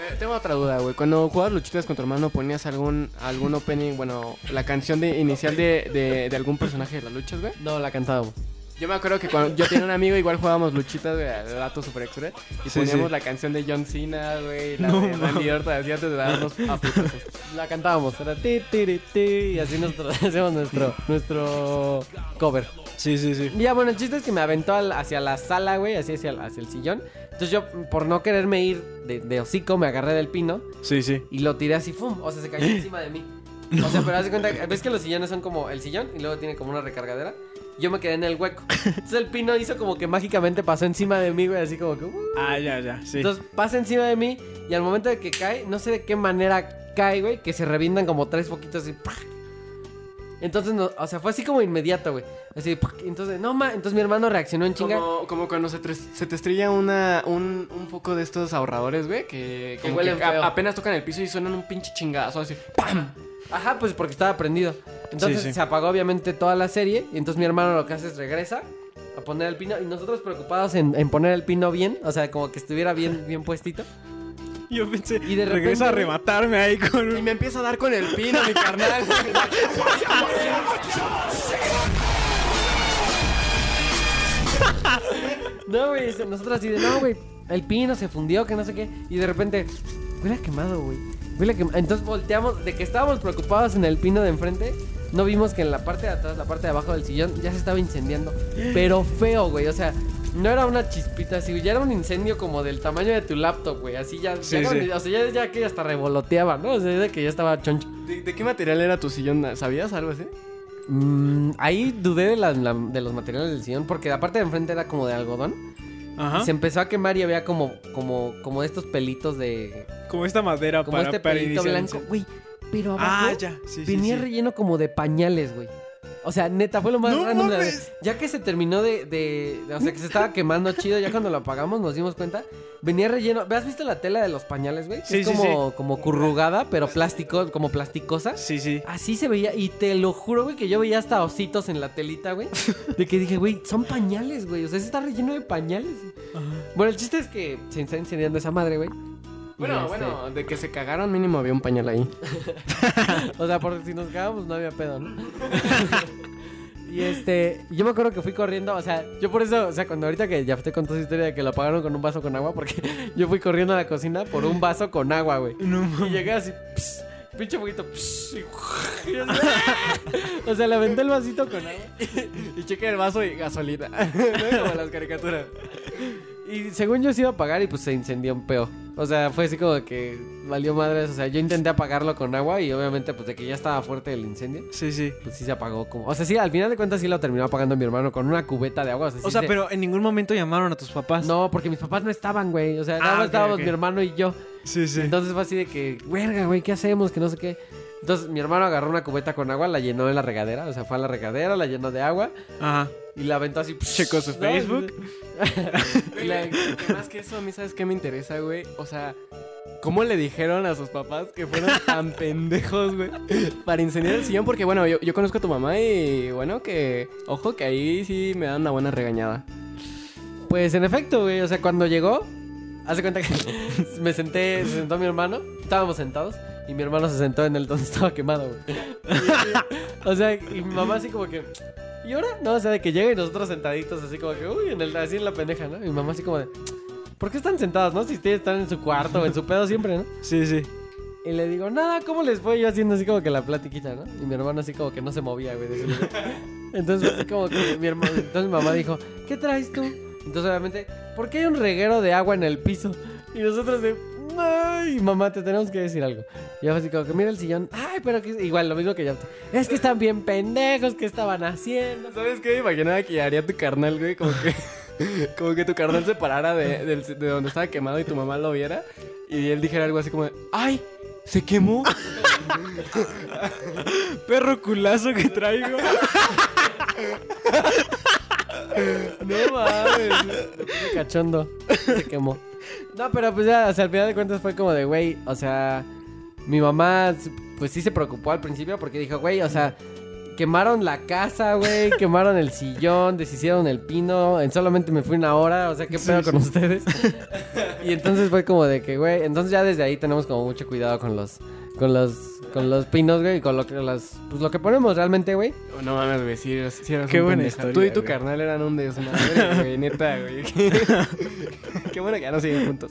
S3: Eh, tengo otra duda, güey. Cuando jugabas luchitas con tu hermano, ¿ponías algún, algún opening, bueno, la canción de, inicial de, de, de algún personaje de las luchas, güey?
S2: No, la cantábamos.
S3: Yo me acuerdo que cuando yo tenía un amigo, igual jugábamos luchitas, güey, al dato super extra. Y
S1: Sí,
S3: poníamos
S1: sí.
S3: la canción de John Cena, güey, la
S1: No,
S3: de Randy
S1: mames.
S3: Orton, así antes de darnos a putazos.
S2: La cantábamos, era ti, ti, ti, ti, y así nosotros hacemos nuestro, nuestro cover.
S1: Sí, sí, sí.
S2: Y Ya, bueno, el chiste es que me aventó al- hacia la sala, güey, así hacia, el- hacia el sillón. Entonces yo, por no quererme ir de, de hocico, me agarré del pino
S1: Sí, sí.
S2: y lo tiré así, ¡fum! O sea, se cayó encima de mí. O sea, pero haz de cuenta, ves que los sillones son como el sillón y luego tiene como una recargadera. Yo me quedé en el hueco. Entonces el pino hizo como que mágicamente pasó encima de mí, güey, así como que... ¡uh!
S1: Ah, ya, ya. Sí.
S2: Entonces pasa encima de mí y al momento de que cae, no sé de qué manera cae, güey, que se revientan como tres poquitos así. ¡pac! Entonces, no, o sea, fue así como inmediato, güey. Así, ¡pac! entonces, no, ma, entonces mi hermano reaccionó en chinga.
S3: Como, como cuando se, tres- se te estrella una, un, un foco de estos ahorradores, güey, que, como
S2: huelen
S3: que a-
S2: feo.
S3: apenas tocan el piso y suenan un pinche chingazo así.
S2: Ajá, pues porque estaba prendido. Entonces
S1: Sí, sí.
S2: se apagó obviamente toda la serie y entonces mi hermano lo que hace es regresa a poner el pino y nosotros preocupados en, en poner el pino bien, o sea, como que estuviera bien, bien puestito.
S1: Yo pensé,
S2: Y de
S1: regresa a
S2: repente-
S1: rematarme ahí con
S3: Y
S1: un...
S3: me empieza a dar con el pino, mi carnal.
S2: No, güey, se- nosotros así de, no, güey, el pino se fundió, que no sé qué. Y de repente, huele a quemado, güey. Huele a quemado. Entonces volteamos, de que estábamos preocupados en el pino de enfrente, no vimos que en la parte de atrás, la parte de abajo del sillón, ya se estaba incendiando. Pero feo, güey, o sea, no era una chispita así, güey, ya era un incendio como del tamaño de tu laptop, güey. Así ya, ya
S1: Sí,
S2: era
S1: sí.
S2: un- o sea, ya, ya que hasta revoloteaba, ¿no? O sea, de que ya estaba choncho.
S3: ¿De, de qué material era tu sillón? ¿Sabías algo así?
S2: Mm, ahí dudé de, la- la- de los materiales del sillón, porque la parte de enfrente era como de algodón.
S1: Ajá.
S2: Se empezó a quemar y había como, como, como estos pelitos de.
S1: Como esta madera
S2: Como
S1: Ah, para,
S2: este
S1: para
S2: pelito
S1: iniciar el
S2: blanco. Güey, pero abajo
S1: Ah, ya. Sí, sí,
S2: venía
S1: sí.
S2: relleno como de pañales, güey. O sea, neta, fue lo más
S1: ¡No
S2: random de la
S1: mames!
S2: vez. Ya que se terminó de, de- de- O sea, que se estaba quemando chido, ya cuando lo apagamos nos dimos cuenta. Venía relleno. ¿Has visto la tela de los pañales, güey? Que
S1: Sí,
S2: es
S1: sí,
S2: como, como currugada, pero plástico, como plasticosa.
S1: Sí, sí.
S2: Así se veía, y te lo juro, güey, que yo veía hasta ositos en la telita, güey. De que dije, güey, son pañales, güey. O sea, eso está relleno de pañales. Bueno, el chiste es que se está incendiando esa madre, güey. Y,
S3: Bueno,
S2: este,
S3: bueno, de que se cagaron mínimo había un pañal ahí.
S2: O sea, porque si nos cagábamos no había pedo, ¿no? y este, yo me acuerdo que fui corriendo, o sea, yo por eso, o sea, cuando ahorita que ya te contó su historia de que lo apagaron con un vaso con agua, porque yo fui corriendo a la cocina por un vaso con agua, güey.
S1: No mames.
S2: Y llegué así, pss, pinche poquito, pss, y, y yo así, ¡ah! O sea, le aventé el vasito con agua.
S3: Y cheque el vaso y gasolina. ¿No? Como las caricaturas.
S2: Y según yo se iba a apagar y pues se incendió un peo. O sea, fue así como que valió madres. O sea, yo intenté apagarlo con agua y obviamente pues de que ya estaba fuerte el incendio,
S1: Sí, sí.
S2: pues sí se apagó como... O sea, sí, al final de cuentas sí lo terminó apagando mi hermano con una cubeta de agua. O sea,
S1: O
S2: sí
S1: sea,
S2: se-
S1: pero en ningún momento llamaron a tus papás.
S2: No, porque mis papás no estaban, güey. O sea, nada
S1: Ah,
S2: más
S1: ok,
S2: estábamos
S1: ok.
S2: mi hermano y yo.
S1: Sí, sí.
S2: Entonces fue así de que, verga, güey, ¿qué hacemos? Que no sé qué. Entonces mi hermano agarró una cubeta con agua, la llenó en la regadera. O sea, fue a la regadera, la llenó de agua
S1: Ajá.
S2: y la aventó así.
S1: Checó su
S2: ¿no? pues,
S1: Facebook.
S2: Y la-
S3: Que más que eso, a mí, ¿sabes qué me interesa, güey? O sea, ¿cómo le dijeron a sus papás que fueron tan pendejos, güey? Para incendiar el sillón, porque bueno, yo, yo conozco a tu mamá y bueno, que. Ojo, que ahí sí me dan una buena regañada.
S2: Pues en efecto, güey. O sea, cuando llegó, hace cuenta que me senté, se sentó mi hermano. Estábamos sentados y mi hermano se sentó en el donde estaba quemado, güey. o sea, y mi mamá así como que. ¿Y ahora? No, o sea, de que llega y nosotros sentaditos así como que, uy, en el, así en la pendeja, ¿no? Y mi mamá así como de. ¿Por qué están sentados, no? Si ustedes están en su cuarto o en su pedo siempre, ¿no?
S1: Sí, sí.
S2: Y le digo, nada, ¿cómo les fue? Yo haciendo así como que la platiquita, ¿no? Y mi hermano así como que no se movía, güey. de su lugar. Entonces, así como que mi hermano, entonces mi mamá dijo, ¿qué traes tú? Entonces, obviamente, ¿por qué hay un reguero de agua en el piso? Y nosotros de, ay, mamá, te tenemos que decir algo. Y yo así como que mira el sillón, ay, pero que... Igual, lo mismo que ya. Es que están bien pendejos, ¿qué estaban haciendo?
S3: ¿Sabes qué? Imaginaba que haría tu carnal, güey, como que. Como que tu carnal se parara de, del- de donde estaba quemado y tu mamá lo viera. Y él dijera algo así como: de, ¡Ay! ¿Se quemó?
S1: Perro culazo que traigo.
S2: No mames. me puse Cachondo. Se quemó. No, pero pues ya, o sea, al final de cuentas fue como de, güey, o sea, mi mamá, pues sí se preocupó al principio porque dijo, güey, o sea, quemaron la casa, güey, quemaron el sillón, deshicieron el pino, en solamente me fui una hora, o sea, qué
S1: Sí,
S2: pedo
S1: sí.
S2: con ustedes. y entonces fue como de que, güey, entonces ya desde ahí tenemos como mucho cuidado con los, con los con los pinos, güey, y con lo que, las, pues, lo que ponemos realmente, güey.
S3: No mames, güey, sí, eras- sí eras
S1: Qué
S3: un
S1: buena
S3: pendejo.
S1: historia,
S3: Tú y tu
S1: güey.
S3: carnal eran un desmadre, güey, neta, güey. Qué bueno que ya no siguen juntos.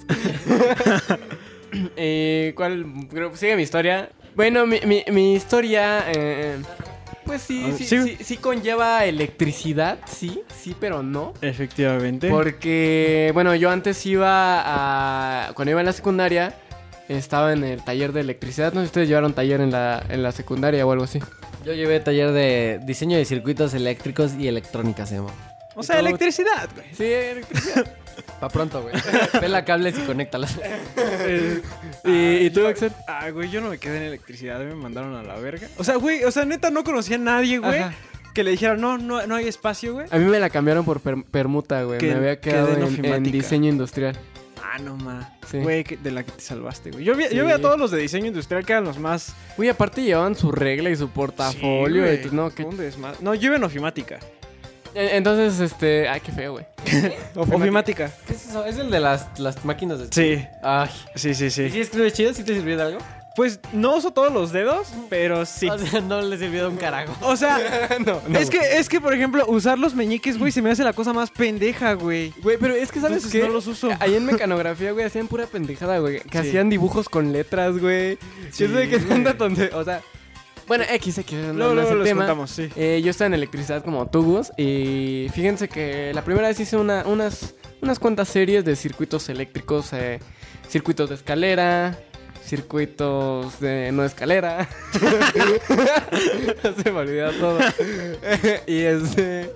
S3: eh, ¿Cuál? Creo, sigue mi historia. Bueno, mi, mi, mi historia, eh, pues sí
S1: Ah,
S3: sí,
S1: sí.
S3: sí, sí conlleva electricidad, sí, sí, pero no.
S1: Efectivamente.
S3: Porque, bueno, yo antes iba a... Cuando iba en la secundaria, estaba en el taller de electricidad. No sé si ustedes llevaron taller en la, en la secundaria o algo así.
S2: Yo llevé taller de diseño de circuitos eléctricos y electrónica, se llama.
S1: O sea, electricidad, güey.
S3: Sí, electricidad.
S2: Pa' pronto, güey. Pela cables y conéctalas.
S3: ¿Y, y tú,
S1: Yo-
S3: Axel?
S1: Ah, güey, yo no me quedé en electricidad, me mandaron a la verga. O sea, güey, o sea, neta no conocía a nadie, güey,
S3: Ajá.
S1: que le dijera, no, no, no hay espacio, güey.
S3: A mí me la cambiaron por per- permuta, güey.
S1: Que-
S3: Me había
S1: que
S3: quedado
S1: de
S3: en- en,
S1: nofimática.
S3: diseño industrial.
S1: Ah, no ma.
S3: Sí.
S1: Güey, que- de la que te salvaste, güey. Yo vi,
S3: Sí.
S1: yo vi a todos los de diseño industrial que eran los más.
S3: Uy, aparte llevaban su regla y su portafolio.
S1: Sí,
S3: y tú- no, qué-
S1: ¿Dónde es más? No, yo iba en ofimática.
S3: E- Entonces, este... Ay, qué feo, güey.
S1: Ofimática.
S2: ¿Qué es eso? ¿Es el de las, las máquinas de
S1: Sí,
S2: Ay.
S1: sí, sí,
S2: ¿Y
S1: sí.
S2: si escribes chido? ¿Sí te sirvió de algo?
S1: Pues no uso todos los dedos, pero sí.
S2: O sea, no le sirvió de un carajo.
S1: O sea,
S3: no,
S1: es que, es que, por ejemplo, usar los meñiques, güey, se me hace la cosa más pendeja, güey.
S3: Güey, pero es que, ¿sabes
S1: Entonces,
S3: qué? Eh,
S1: no los uso.
S3: Ahí en mecanografía, güey, hacían pura pendejada, güey. Que
S1: Sí.
S3: hacían dibujos con letras, güey.
S1: Sí,
S3: Eso de que es
S1: güey.
S3: tanta tonte- O sea, bueno, X, X.
S1: Luego,
S3: No, no es
S1: luego
S3: el
S1: los
S3: tema.
S1: contamos, sí.
S3: Eh, yo estaba en electricidad como tubos y fíjense que la primera vez hice una- unas, unas cuantas series de circuitos eléctricos, eh, circuitos de escalera, circuitos de no escalera. Se me olvidó todo. y este...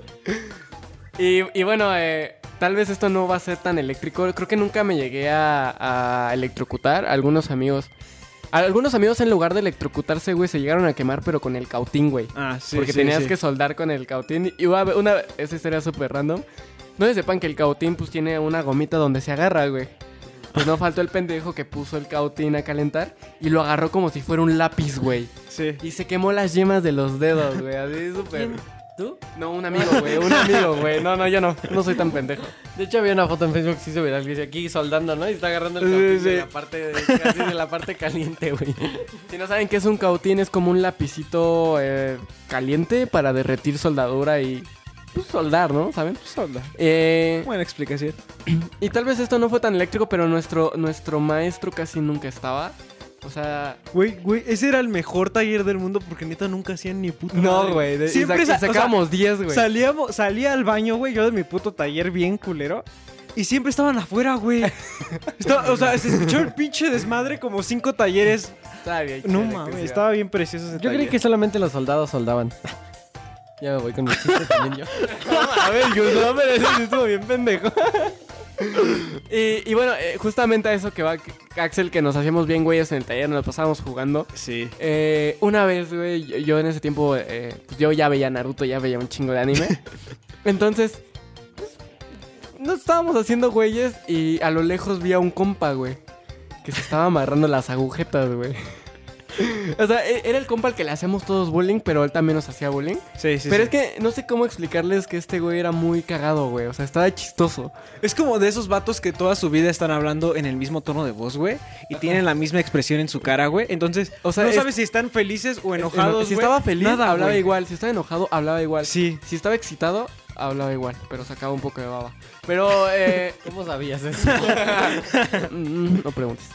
S3: Y, y bueno, eh, tal vez esto no va a ser tan eléctrico. Creo que nunca me llegué a, a electrocutar. Algunos amigos... Algunos amigos en lugar de electrocutarse, güey, se llegaron a quemar, pero con el cautín, güey.
S1: Ah, sí.
S3: Porque
S1: sí,
S3: tenías
S1: sí.
S3: que soldar con el cautín. Y una, una esa historia es súper random. No se sepan que el cautín pues tiene una gomita donde se agarra, güey. Pues no faltó el pendejo que puso el cautín a calentar y lo agarró como si fuera un lápiz, güey.
S1: Sí.
S3: Y se quemó las yemas de los dedos, güey. Así súper.
S2: ¿Tú?
S3: No, un amigo, güey. Un amigo, güey. No, no, yo no. No soy tan pendejo.
S2: De hecho, había una foto en Facebook que se hizo viral que dice aquí soldando, ¿no? Y está agarrando el
S1: Sí,
S2: cautín
S1: sí.
S2: de, la parte de, casi de la parte caliente, güey.
S3: Si no saben qué es un cautín, es como un lapicito eh, caliente para derretir soldadura y. Pues soldar, ¿no? ¿Saben?
S1: Sola.
S3: Eh.
S1: Buena explicación.
S3: Y tal vez esto no fue tan eléctrico, pero nuestro, nuestro maestro casi nunca estaba. O sea,
S1: Güey, güey, ese era el mejor taller del mundo porque neta nunca hacían ni puta
S3: no,
S1: madre.
S3: güey. de- y
S1: Siempre
S3: sa- y
S1: sa- o sea,
S3: sacábamos 10, güey.
S1: Salíamos, salía al baño, güey, yo de mi puto taller bien culero. Y siempre estaban afuera, güey. Estaba- o sea, se escuchó el pinche desmadre como cinco talleres.
S3: Estaba bien
S1: No
S3: chida la
S1: mames,
S3: electricidad.
S1: estaba bien precioso ese
S2: Yo creí
S1: taller.
S2: que solamente los soldados soldaban. Ya me voy con mi chiste también yo.
S3: A ver, Gus, no, pero eso sí estuvo bien pendejo. y, y bueno, eh, justamente a eso que va Axel, que nos hacíamos bien güeyes en el taller, nos pasábamos jugando.
S1: Sí.
S3: Eh, una vez, güey, yo, yo en ese tiempo, eh, pues yo ya veía Naruto, ya veía un chingo de anime. Entonces, pues, nos estábamos haciendo güeyes y a lo lejos vi a un compa, güey, que se estaba amarrando las agujetas, güey. O sea, e- era el compa al que le hacíamos todos bullying, pero él también nos hacía bullying.
S1: Sí, sí,
S3: pero
S1: sí.
S3: es que no sé cómo explicarles que este güey era muy cagado, güey. O sea, estaba chistoso.
S1: Es como de esos vatos que toda su vida están hablando en el mismo tono de voz, güey. Y tienen la misma expresión en su cara, güey. Entonces,
S3: O sea,
S1: no
S3: es-
S1: sabes si están felices o enojados,
S3: Si
S1: güey.
S3: estaba feliz,
S1: Nada,
S3: hablaba
S1: güey.
S3: igual. Si estaba enojado, hablaba igual.
S1: Sí.
S3: Si estaba excitado, hablaba igual, pero sacaba un poco de baba. Pero, eh,
S2: ¿Cómo sabías eso?
S3: mm, no preguntes.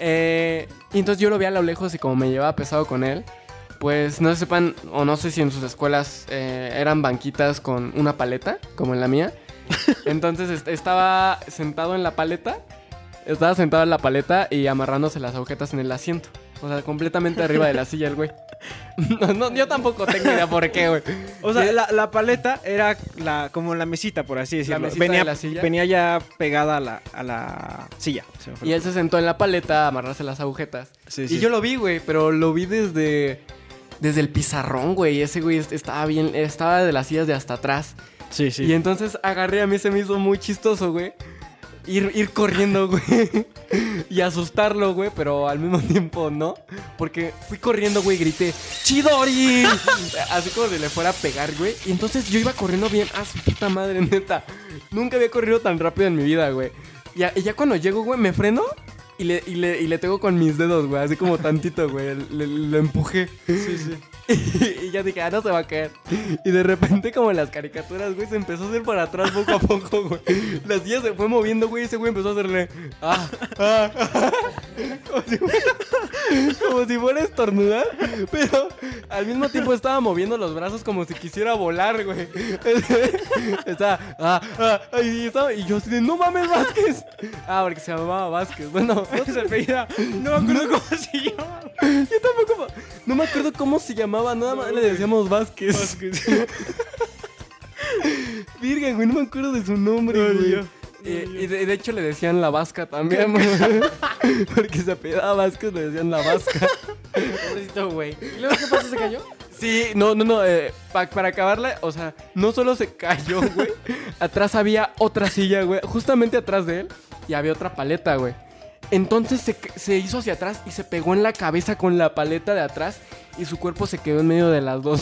S3: Eh, y entonces yo lo vi a lo lejos y como me llevaba pesado con él, pues no sepan, o no sé si en sus escuelas eh, eran banquitas con una paleta, como en la mía. Entonces est- estaba sentado en la paleta, estaba sentado en la paleta y amarrándose las agujetas en el asiento. O sea, completamente arriba de la silla el güey. No, no, yo tampoco tengo idea por qué, güey.
S1: O sea, la, la paleta era la, como la mesita, por así decirlo.
S3: mesita
S1: venía,
S3: de la silla.
S1: venía ya pegada a la, a la silla. Se me fue
S3: Y
S1: la-
S3: él se sentó en la paleta a amarrarse las agujetas.
S1: Sí,
S3: y
S1: sí.
S3: yo lo vi, güey, pero lo vi desde, desde el pizarrón, güey. Ese güey est- estaba bien, estaba de las sillas de hasta atrás.
S1: Sí, sí.
S3: Y entonces agarré a mí, se me hizo muy chistoso, güey. Ir, ir corriendo, güey. y asustarlo, güey, pero al mismo tiempo no. Porque fui corriendo, güey, y grité, ¡Chidori! Así como si le fuera a pegar, güey. Y entonces yo iba corriendo bien, ¡ah, su puta madre, neta! Nunca había corrido tan rápido en mi vida, güey. Y, a- y ya cuando llego, güey, me freno Y le, y le, y le pego con mis dedos, güey, así como tantito, güey. Le, lo empujé.
S1: Sí, sí.
S3: Y, ya dije, ah, no se va a caer. Y de repente, como en las caricaturas, güey, se empezó a hacer para atrás poco a poco, güey. La silla se fue moviendo, güey, y ese güey empezó a hacerle. Ah, ah, ah. Como, si fuera, como si fuera a estornudar. Pero al mismo tiempo estaba moviendo los brazos como si quisiera volar, güey. Estaba. Ah, ah, y, estaba- y yo así de, no mames, Vázquez. Ah, porque se llamaba Vázquez. Bueno,
S1: No se apellida. No me acuerdo cómo se llama.
S3: yo tampoco. me- No me acuerdo cómo se llamaba, nada más le decíamos Vázquez. Virgen, güey, no me acuerdo de su nombre, güey. Eh, y de, de hecho le decían la vasca también, güey. Porque se apellidaba Vázquez, le decían la vasca.
S2: Pobrecito, güey. ¿Y luego qué pasó? ¿Se cayó?
S3: Sí, no, no, no. eh, pa- para acabarla, o sea, no solo se cayó, güey. Atrás había otra silla, güey. Justamente atrás de él. Y había otra paleta, güey. Entonces se, ca- se hizo hacia atrás y se pegó en la cabeza con la paleta de atrás. Y su cuerpo se quedó en medio de las dos.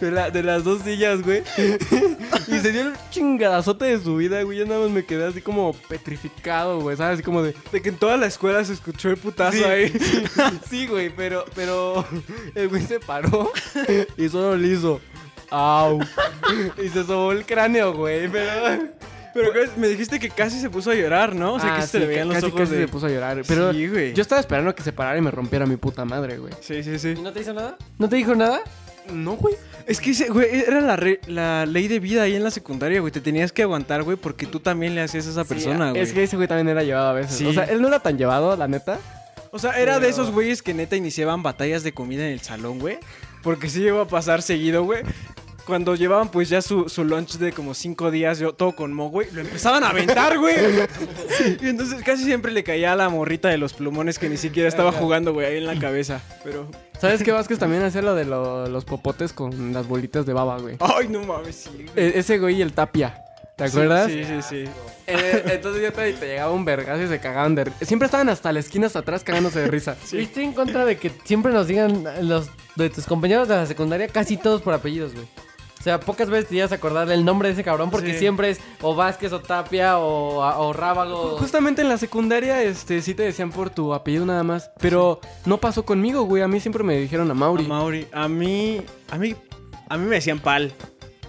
S3: De, la- de las dos sillas, güey. Y se dio el chingadazote de su vida, güey. Yo nada más me quedé así como petrificado, güey. ¿Sabes? Así como de.
S1: De que en toda la escuela se escuchó el putazo
S3: Sí,
S1: ahí.
S3: sí, sí, güey, pero, pero el güey se paró y solo le hizo au. Y se sobó el cráneo, güey, pero...
S1: Pero ¿qué? me dijiste que casi se puso a llorar, ¿no? O sea,
S3: Ah,
S1: que se le
S3: sí,
S1: veían los
S3: casi,
S1: ojos
S3: casi
S1: de-
S3: se puso a llorar, pero
S1: Sí, güey.
S3: yo estaba esperando que se parara y me rompiera mi puta madre, güey.
S1: Sí, sí,
S2: ¿Y
S1: sí.
S2: no te hizo nada?
S3: ¿No te dijo nada? No, güey.
S1: Es que, ese, güey, era la, re- la ley de vida ahí en la secundaria, güey. Te tenías que aguantar, güey, porque tú también le hacías a esa persona, güey.
S3: Es que ese güey también era llevado a veces.
S1: Sí.
S3: O sea, él no era tan llevado, la neta.
S1: O sea, era de esos güeyes que neta iniciaban batallas de comida en el salón, güey. Porque sí llegó a pasar seguido, güey. Cuando llevaban pues ya su, su lunch de como cinco días, yo todo con mo, güey, lo empezaban a aventar, güey. Y entonces casi siempre le caía a la morrita de los plumones que ni siquiera estaba jugando, güey, ahí en la cabeza. Pero,
S3: ¿Sabes qué Vázquez también hacía lo de lo- los popotes con las bolitas de baba, güey?
S1: ay, no mames, sí, güey.
S3: E- ese güey y el tapia. ¿Te acuerdas?
S1: Sí, sí, sí.
S3: Eh, entonces ya te, te llegaba un vergazo y se cagaban de risa. Siempre estaban hasta la esquina hasta atrás cagándose de risa.
S2: Yo estoy en contra de que siempre nos digan los de tus compañeros de la secundaria casi todos por apellidos, güey. O sea, pocas veces te llegas a acordar del nombre de ese cabrón porque
S1: Sí.
S2: siempre es oh, o Vázquez o Tapia o, o Rábago.
S3: Justamente en la secundaria, este, sí te decían por tu apellido nada más. Pero no pasó conmigo, güey. A mí siempre me dijeron a
S1: A
S3: Mauri.
S1: Mauri, a mí, a mí, a mí me decían pal.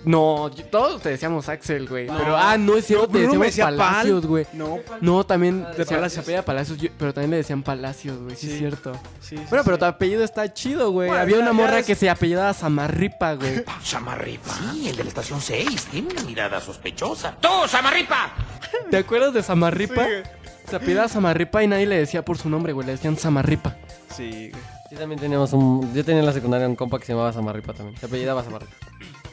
S3: no, yo- todos te decíamos Axel, güey.
S1: No.
S3: Pero, ah, no es cierto, te
S1: Bruno me
S3: decíamos
S1: decía Pal.
S3: Palacios, güey.
S1: No,
S3: No, también
S2: Ah, de
S3: te decía- se
S1: Palacios.
S3: apellida Palacios, yo- pero también le decían Palacios, güey. Sí,
S1: Sí.
S3: es cierto.
S1: sí.
S3: Bueno, pero tu apellido está chido, güey.
S1: Bueno,
S3: Había
S1: ya-
S3: una
S1: ya
S3: morra
S1: es-
S3: que se apellidaba Samarripa, güey.
S5: Samarripa. Sí, el de la estación 6. Tiene una mirada sospechosa. ¡Tú, Samarripa!
S3: ¿Te acuerdas de Samarripa? Se apellidaba Samarripa y nadie le decía por su nombre, güey. Le decían Samarripa.
S1: Sí, güey.
S2: Sí, también teníamos un. Yo tenía en la secundaria un compa que se llamaba Samarripa también. Se apellidaba Samarripa.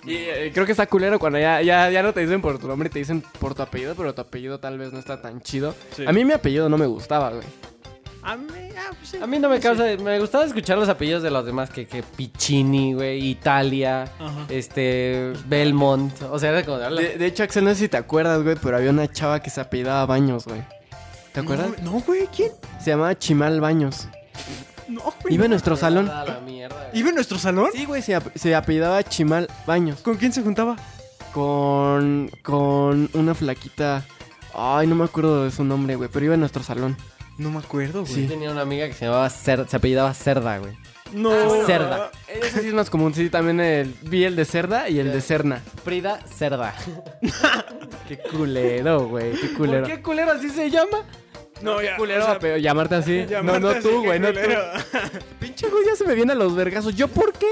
S3: Y eh, creo que está culero cuando ya, ya, ya no te dicen por tu nombre, te dicen por tu apellido, pero tu apellido tal vez no está tan chido.
S1: Sí.
S3: A mí mi apellido no me gustaba, güey.
S1: A mí, ah, pues sí.
S2: A mí no me causa. Me gustaba escuchar los apellidos de los demás, que, que Piccini, güey, Italia,
S1: Ajá.
S2: este. Belmont. O sea, era como de hablar.
S3: De, de hecho, Axel, no sé si te acuerdas, güey, pero había una chava que se apellidaba Baños, güey. ¿Te acuerdas?
S1: No, No, güey, ¿quién?
S3: Se llamaba Chimal Baños.
S1: No, güey.
S3: Iba en nuestro salón.
S2: A la mierda, güey.
S1: ¿Iba en nuestro salón?
S3: Sí, güey, se, ap- se apellidaba Chimal Baños.
S1: ¿Con quién se juntaba?
S3: Con, con una flaquita... Ay, no me acuerdo de su nombre, güey, pero iba en nuestro salón.
S1: No me acuerdo, güey.
S2: Yo tenía una amiga que se llamaba Cer- se apellidaba Cerda, güey.
S1: No.
S3: Ah,
S2: Cerda.
S3: Ese sí es más común, sí, también el, vi el de Cerda y el de Cerna.
S2: Frida Cerda.
S3: Qué culero, güey, qué culero.
S2: ¿Por qué culero así se llama?
S1: No, ya.
S3: culero
S1: o sea,
S3: pero llamarte así.
S1: llamarte
S3: no, no
S1: así,
S3: tú,
S1: qué
S3: güey, no tú.
S1: culero.
S3: Pinche güey, ya se me vienen los vergazos. ¿Yo por qué?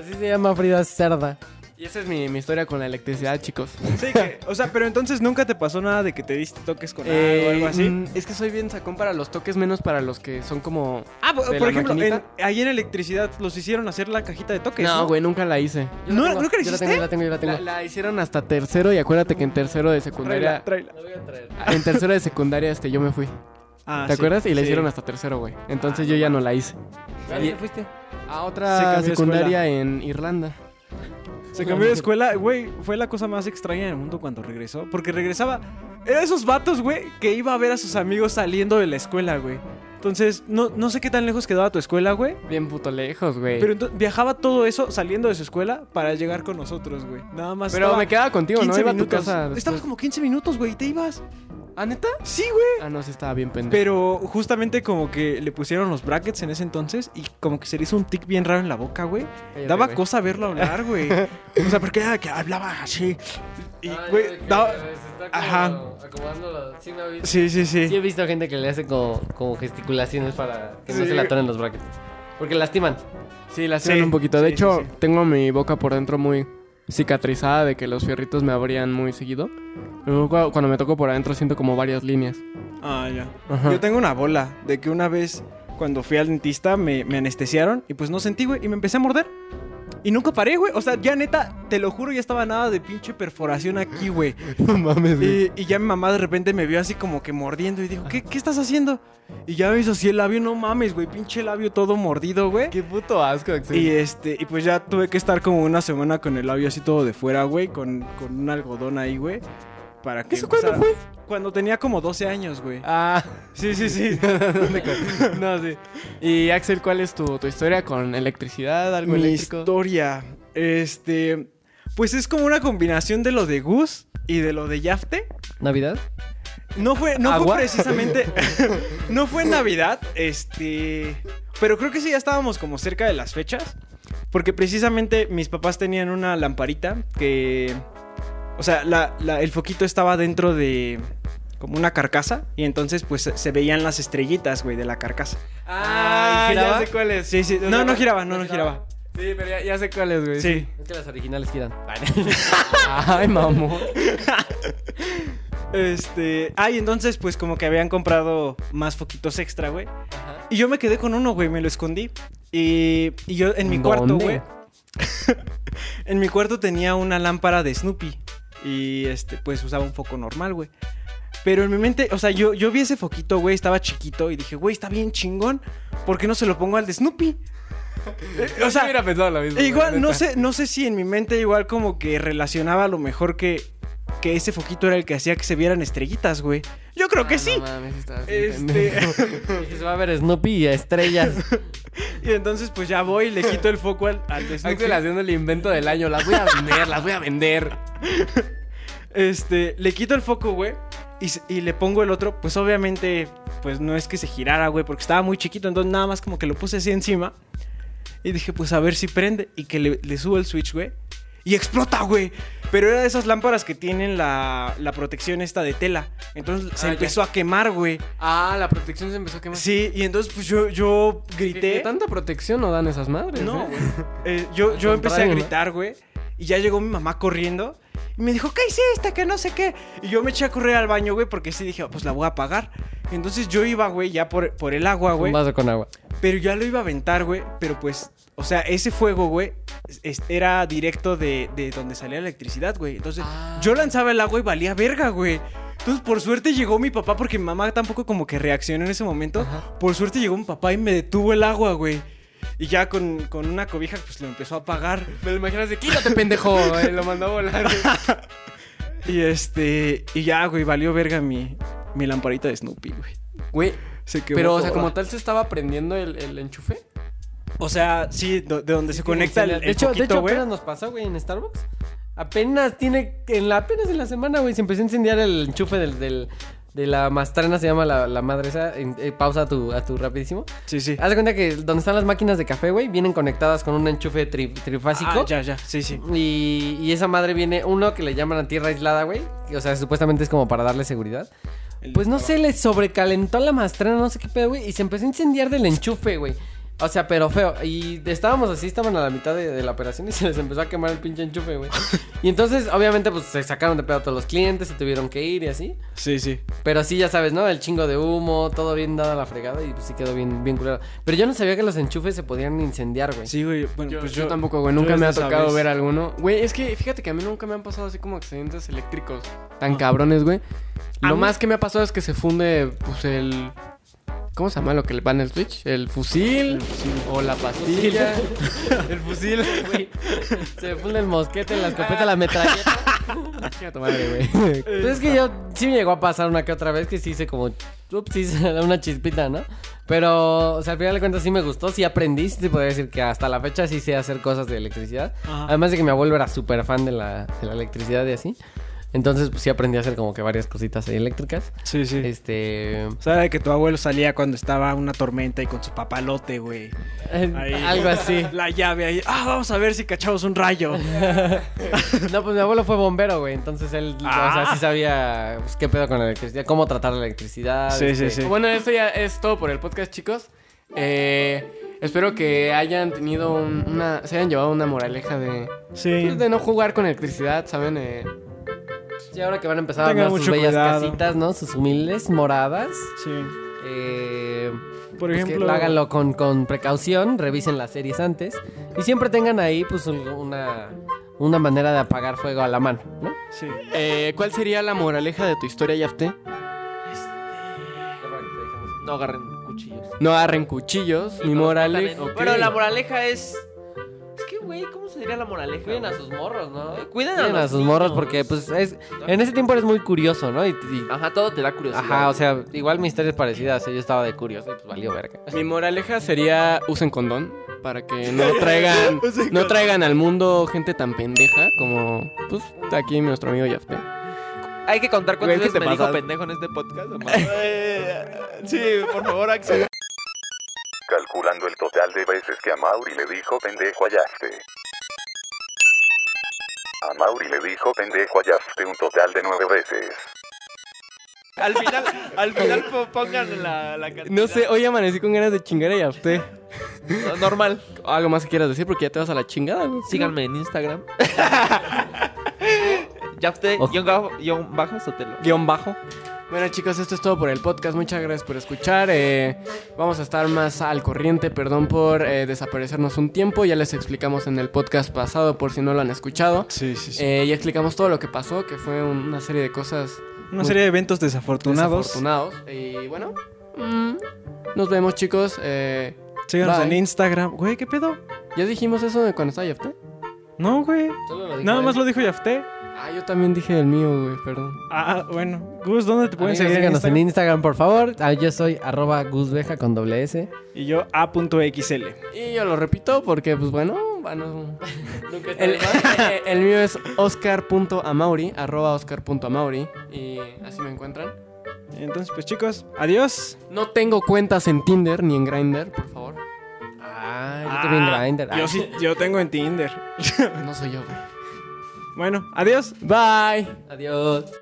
S2: Así se llama Frida Cerda.
S3: Y esa es mi, mi historia con la electricidad, chicos.
S1: Sí, que- o sea, pero entonces nunca te pasó nada de que te diste toques con algo o algo así.
S3: mm, Es que soy bien sacón para los toques, menos para los que son como...
S1: Ah, por,
S3: ¿de
S1: por
S3: la
S1: ejemplo, en,
S3: maquinita?
S1: ahí en electricidad los hicieron hacer la cajita de toques.
S3: No, güey, nunca la hice.
S2: Yo
S1: ¿No-
S2: tengo,
S1: nunca la
S2: yo
S1: hiciste?
S2: tengo, yo la tengo, yo la tengo.
S3: La, la hicieron hasta tercero y acuérdate que en tercero de secundaria...
S1: Tráela, tráela.
S2: La voy a traer.
S3: En tercero de secundaria este yo me fui.
S1: Ah,
S3: ¿Te
S1: sí,
S3: acuerdas? Y la
S1: sí. Ah,
S3: hicieron hasta tercero, güey. Entonces yo ya no la hice.
S2: ¿A dónde fuiste?
S3: A
S1: Se
S3: otra
S1: cambió de
S3: secundaria en Irlanda.
S1: Se cambió de escuela, güey. Fue la cosa más extraña del mundo cuando regresó. Porque regresaba. Era esos vatos, güey, que iba a ver a sus amigos saliendo de la escuela, güey. Entonces, no, no sé qué tan lejos quedaba tu escuela, güey.
S3: Bien puto lejos, güey.
S1: Pero
S3: Pero,
S1: ento- viajaba todo eso saliendo de su escuela para llegar con nosotros, güey. Nada más. estaba
S3: me quedaba contigo, ¿no? Iba a tu
S1: minutos.
S3: casa.
S1: Estabas
S3: después.
S1: como 15 minutos, güey, y te ibas.
S3: ¿Ah, neta?
S1: Sí, güey.
S3: Ah, no, sí estaba bien pendejo.
S1: Pero justamente como que le pusieron los brackets en ese entonces y como que se le hizo un tic bien raro en la boca, güey.
S3: Cállate,
S1: Daba
S3: güey.
S1: cosa verlo hablar, güey. O sea, porque era que hablaba así. Y, güey, daba- Ajá.
S2: Acomodándolo. Sí, me ha visto.
S1: Sí, sí, sí.
S2: Sí he visto gente que le hace como, como gesticulaciones para que no
S1: Sí.
S2: se le atoren los brackets. Porque lastiman.
S3: Sí, la hacían
S1: Sí,
S3: un poquito. De
S1: sí,
S3: hecho,
S1: sí, sí.
S3: tengo mi boca por dentro muy cicatrizada de que los fierritos me abrían muy seguido. Luego, cu- Cuando me toco por adentro siento como varias líneas.
S1: Ah, ya.
S3: Ajá.
S1: Yo tengo una bola de que una vez cuando fui al dentista me, me anestesiaron y pues no sentí, güey, y me empecé a morder. Y nunca paré, güey. O sea, ya neta, te lo juro, ya estaba nada de pinche perforación aquí, güey.
S3: No mames,
S1: Y, y ya mi mamá de repente me vio así como que mordiendo y dijo, ¿qué, qué estás haciendo? Y ya me hizo así el labio, no mames, güey, pinche labio todo mordido, güey.
S3: Qué puto asco,
S1: Y este, y pues ya tuve que estar como una semana con el labio así todo de fuera, güey, con, con un algodón ahí, güey. Para que
S3: ¿Eso cuándo
S1: empezara- Cuando tenía como 12 años, güey.
S3: Ah,
S1: Sí, sí, sí.
S3: no, sí. Y Axel, ¿cuál es tu, tu historia con electricidad, algo
S1: Mi
S3: eléctrico?
S1: historia. Este. Pues es como una combinación de lo de Gus y de lo de Yafte.
S2: ¿Navidad?
S1: No fue, no
S3: ¿Agua?
S1: fue precisamente. no fue en Navidad. Este. Pero creo que sí, ya estábamos como cerca de las fechas. Porque precisamente mis papás tenían una lamparita que. O sea, la- la- el foquito estaba dentro de. Como una carcasa. Y entonces, pues se- se veían las estrellitas, güey, de la carcasa.
S3: Ah,
S2: ¿Y giraba?
S3: ya sé cuál es.
S1: Sí, sí.
S3: Ya
S1: No,
S3: sé-
S1: no giraba, no, no giraba.
S3: Sí, pero ya, ya sé cuál es, güey.
S1: Sí.
S2: Es que las originales giran.
S3: Ay, mamón.
S1: Este. Ay, entonces, pues como que habían comprado más foquitos extra, güey. Y yo me quedé con uno, güey, me lo escondí. Y, y yo en mi cuarto,
S3: ¿Dónde?
S1: güey. en mi cuarto tenía una lámpara de Snoopy. Y este, pues usaba un foco normal, güey. Pero en mi mente, o sea, yo, yo vi ese foquito, güey, estaba chiquito y dije, güey, está bien chingón. ¿Por qué no se lo pongo al de Snoopy? Eh, o
S3: Yo
S1: sea,
S3: hubiera pensado lo mismo.
S1: e
S3: la
S1: Igual, no
S3: neta.
S1: sé, no sé si en mi mente igual como que relacionaba a lo mejor que, que ese foquito era el que hacía que se vieran estrellitas, güey. Yo creo que
S3: Ah,
S1: sí.
S3: No mames, estabas bien
S1: este,
S3: pendejo.
S2: Dije, se va a ver Snoopy y estrellas.
S1: y entonces pues ya voy y le quito el foco al, al de Snoopy.
S3: Axel haciendo el invento del año. Las voy a vender, las voy a vender.
S1: Este, le quito el foco, güey. Y, s- y le pongo el otro, pues obviamente, pues no es que se girara, güey, porque estaba muy chiquito, entonces nada más como que lo puse así encima. Y dije, pues a ver si prende. Y que le, le subo el switch, güey. Y explota, güey. Pero era de esas lámparas que tienen la, la protección esta de tela. Entonces se
S3: Ah, ya.
S1: empezó a quemar, güey.
S3: Ah, la protección se empezó a quemar.
S1: Sí, y entonces pues yo, yo
S3: ¿Qué,
S1: grité.
S3: qué tanta protección no dan esas madres?
S1: No,
S3: eh?
S1: güey. Eh, yo yo
S3: Al
S1: empecé a
S3: contrario, ¿no?
S1: gritar, güey. Y ya llegó mi mamá corriendo. Y me dijo, ¿qué hiciste? Que no sé qué. Y yo me eché a correr al baño, güey, porque sí dije, pues la voy a apagar. Entonces yo iba, güey, ya por, por el agua,
S2: Un
S1: güey.
S2: vaso con agua.
S1: Pero ya lo iba a aventar, güey. Pero pues, o sea, ese fuego, güey, es- es- era directo de, de donde salía la electricidad, güey. Entonces, yo lanzaba el agua y valía verga, güey. Entonces, por suerte llegó mi papá, porque mi mamá tampoco como que reaccionó en ese momento. Por suerte llegó mi papá y me detuvo el agua, güey. Y ya con, con una cobija, pues lo empezó a apagar.
S3: Me lo imaginas de quítate, pendejo. eh, lo mandó a volar. güey.
S1: Y este, y ya, güey, valió verga mi, mi lamparita de Snoopy, güey.
S3: Güey,
S1: Se quemó
S3: pero, o sea,
S1: toda.
S3: como tal, se estaba prendiendo el, el enchufe.
S1: O sea, sí, do- de donde se conecta el,
S2: De
S1: el
S2: hecho, de
S1: foquito,
S2: hecho
S1: güey.
S2: apenas nos pasó, güey, en Starbucks. Apenas tiene. En la, apenas en la semana, güey, se empezó a incendiar el enchufe del. del- de la mastrana se llama la, la madre esa. En- eh, pausa a tu, a tu rapidísimo.
S1: Sí, sí.
S2: Haz de cuenta que donde están las máquinas de café, güey, vienen conectadas con un enchufe tri- trifásico.
S1: Ah, ya, ya, sí, sí.
S2: Y, y esa madre viene uno que le llaman a tierra aislada, güey. que, O sea, supuestamente es como para darle seguridad. Pues no sé, le sobrecalentó la mastrana, no sé qué pedo, güey. Y se empezó a incendiar del enchufe, güey. O sea, pero feo. Y estábamos así, estaban a la mitad de, de la operación y se les empezó a quemar el pinche enchufe, güey. Y entonces, obviamente, pues se sacaron de pedo a todos los clientes, se tuvieron que ir y así.
S1: Sí, sí.
S2: Pero sí, ya sabes, ¿no? El chingo de humo, todo bien dado a la fregada y pues sí quedó bien, bien culero. Pero yo no sabía que los enchufes se podían incendiar, güey.
S1: Sí, güey. Bueno,
S3: Yo,
S1: pues
S3: yo
S1: yo,
S3: tampoco, güey. Nunca me ha
S1: desde esa
S3: tocado
S1: vez.
S3: ver alguno. Güey, es que fíjate que a mí nunca me han pasado así como accidentes eléctricos tan cabrones, güey. Lo más que me ha pasado es que se funde, pues, el. ¿Cómo se llama lo que le van el switch? ¿El fusil? ¿O la pastilla? el fusil.
S2: Güey, Se funde el mosquete, la escopeta, la metralleta.
S3: Chinga tu madre, güey.
S2: Pues es que yo sí me llegó a pasar una que otra vez que sí hice como upsis, una chispita, ¿no? Pero, o sea, al final de cuentas sí me gustó, sí aprendí, sí te podría decir que hasta la fecha sí sé hacer cosas de electricidad.
S1: Ajá.
S2: Además de que mi abuelo era súper fan de la, de la electricidad y así. Entonces, pues sí aprendí a hacer como que varias cositas ahí eléctricas.
S1: Sí, sí.
S2: Este.
S1: O sea, de que tu abuelo salía cuando estaba una tormenta y con su papalote, güey. Ahí.
S2: Algo así.
S1: La llave ahí. Ah, vamos a ver si cachamos un rayo.
S2: No, pues mi abuelo fue bombero, güey. Entonces él, o
S1: Ah.
S2: sea, sí sabía pues, qué pedo con la electricidad, cómo tratar la electricidad.
S1: Sí, sí,
S2: este,
S1: sí.
S3: Ah, Bueno, esto ya es todo por el podcast, chicos. Eh, espero que hayan tenido un- una. Se hayan llevado una moraleja de.
S1: Sí.
S3: pues, de no jugar con electricidad, ¿saben? Eh,
S2: Y ahora que van a empezar a
S1: Tengan
S2: armar sus
S1: mucho
S2: bellas
S1: cuidado.
S2: casitas, ¿no? Sus humildes moradas.
S1: Sí.
S2: Eh,
S1: Por
S2: pues que
S1: ejemplo.
S2: háganlo con, con precaución, revisen las series antes. Y siempre tengan ahí, pues, un- una, una manera de apagar fuego a la mano, ¿no?
S1: Sí.
S3: eh, ¿Cuál sería la moraleja de tu historia, Yafte?
S4: No agarren cuchillos.
S3: No arren cuchillos, ni moraleja.
S4: Pero
S3: ok.
S4: la moraleja es. Es que, güey, ¿cómo se diría la moraleja?
S2: Cuiden a
S4: güey?
S2: sus morros, ¿no?
S4: Eh, Cuiden a,
S2: Cuiden a
S4: los
S2: sus morros
S4: niños.
S2: porque, pues, es, en ese tiempo eres muy curioso, ¿no? Y, y-
S4: Ajá, todo te da curiosidad.
S2: ajá, o sea, igual mi historia es parecida. O sea, yo estaba de curioso y pues valió verga.
S3: Mi moraleja sería usen condón para que no traigan no traigan al mundo gente tan pendeja como pues aquí nuestro amigo Yafte.
S4: Hay que contar
S3: Güey,
S4: cuántas
S3: ¿qué te
S4: veces me dijo
S3: pasas?
S4: pendejo en este podcast. ¿o más? Eh, sí, por favor, Axel.
S6: calculando el total de veces que a Mauri le dijo pendejo hallaste. A Mauri le dijo pendejo hallaste un total de nueve veces.
S4: Al final, al final po- pongan la, la cantidad.
S3: No sé, hoy amanecí con ganas de chingar a Yafte.
S4: No, normal.
S3: Algo más que quieras decir porque ya te vas a la chingada. güey.
S4: Síganme en Instagram. Yafte,
S2: Ojo.
S4: guión bajo, guión bajo, Sotelo.
S3: Guión bajo. Bueno chicos, esto es todo por el podcast. Muchas gracias por escuchar. Eh, vamos a estar más al corriente. Perdón por eh, desaparecernos un tiempo. Ya les explicamos en el podcast pasado por si no lo han escuchado.
S1: Sí, sí, sí.
S3: Eh, ya explicamos todo lo que pasó, que fue un- una serie de cosas
S1: Una serie de eventos desafortunados.
S3: Desafortunados. Y bueno, mm, nos vemos, chicos. Eh,
S1: Síganos
S3: Bye.
S1: en Instagram. Güey, ¿qué pedo?
S3: ya dijimos eso de cuando estaba Yafte.
S1: No, güey.
S2: Solo lo dijo
S1: Nada
S2: él.
S1: más lo dijo Yafté.
S3: Ah, yo también dije el mío, güey, perdón.
S1: Ah, bueno. Gus, ¿dónde te pueden
S2: Amigos,
S1: seguir? en
S2: síganos en
S1: Instagram?
S2: Instagram, por favor. Ah, yo soy arroba guzbeja con doble S.
S1: Y yo A.xl.
S3: Y yo lo repito porque, pues bueno, bueno. el, el mío es oscar.amauri, arroba oscar.amauri. Y así me encuentran.
S1: Entonces, pues chicos, adiós.
S3: No tengo cuentas en Tinder ni en Grindr, por favor.
S2: Ah, yo también
S1: Ah,
S2: Grindr. Ah,
S1: Yo sí, yo tengo en Tinder.
S3: No soy yo, güey.
S1: Bueno, adiós.
S3: Bye.
S2: Adiós.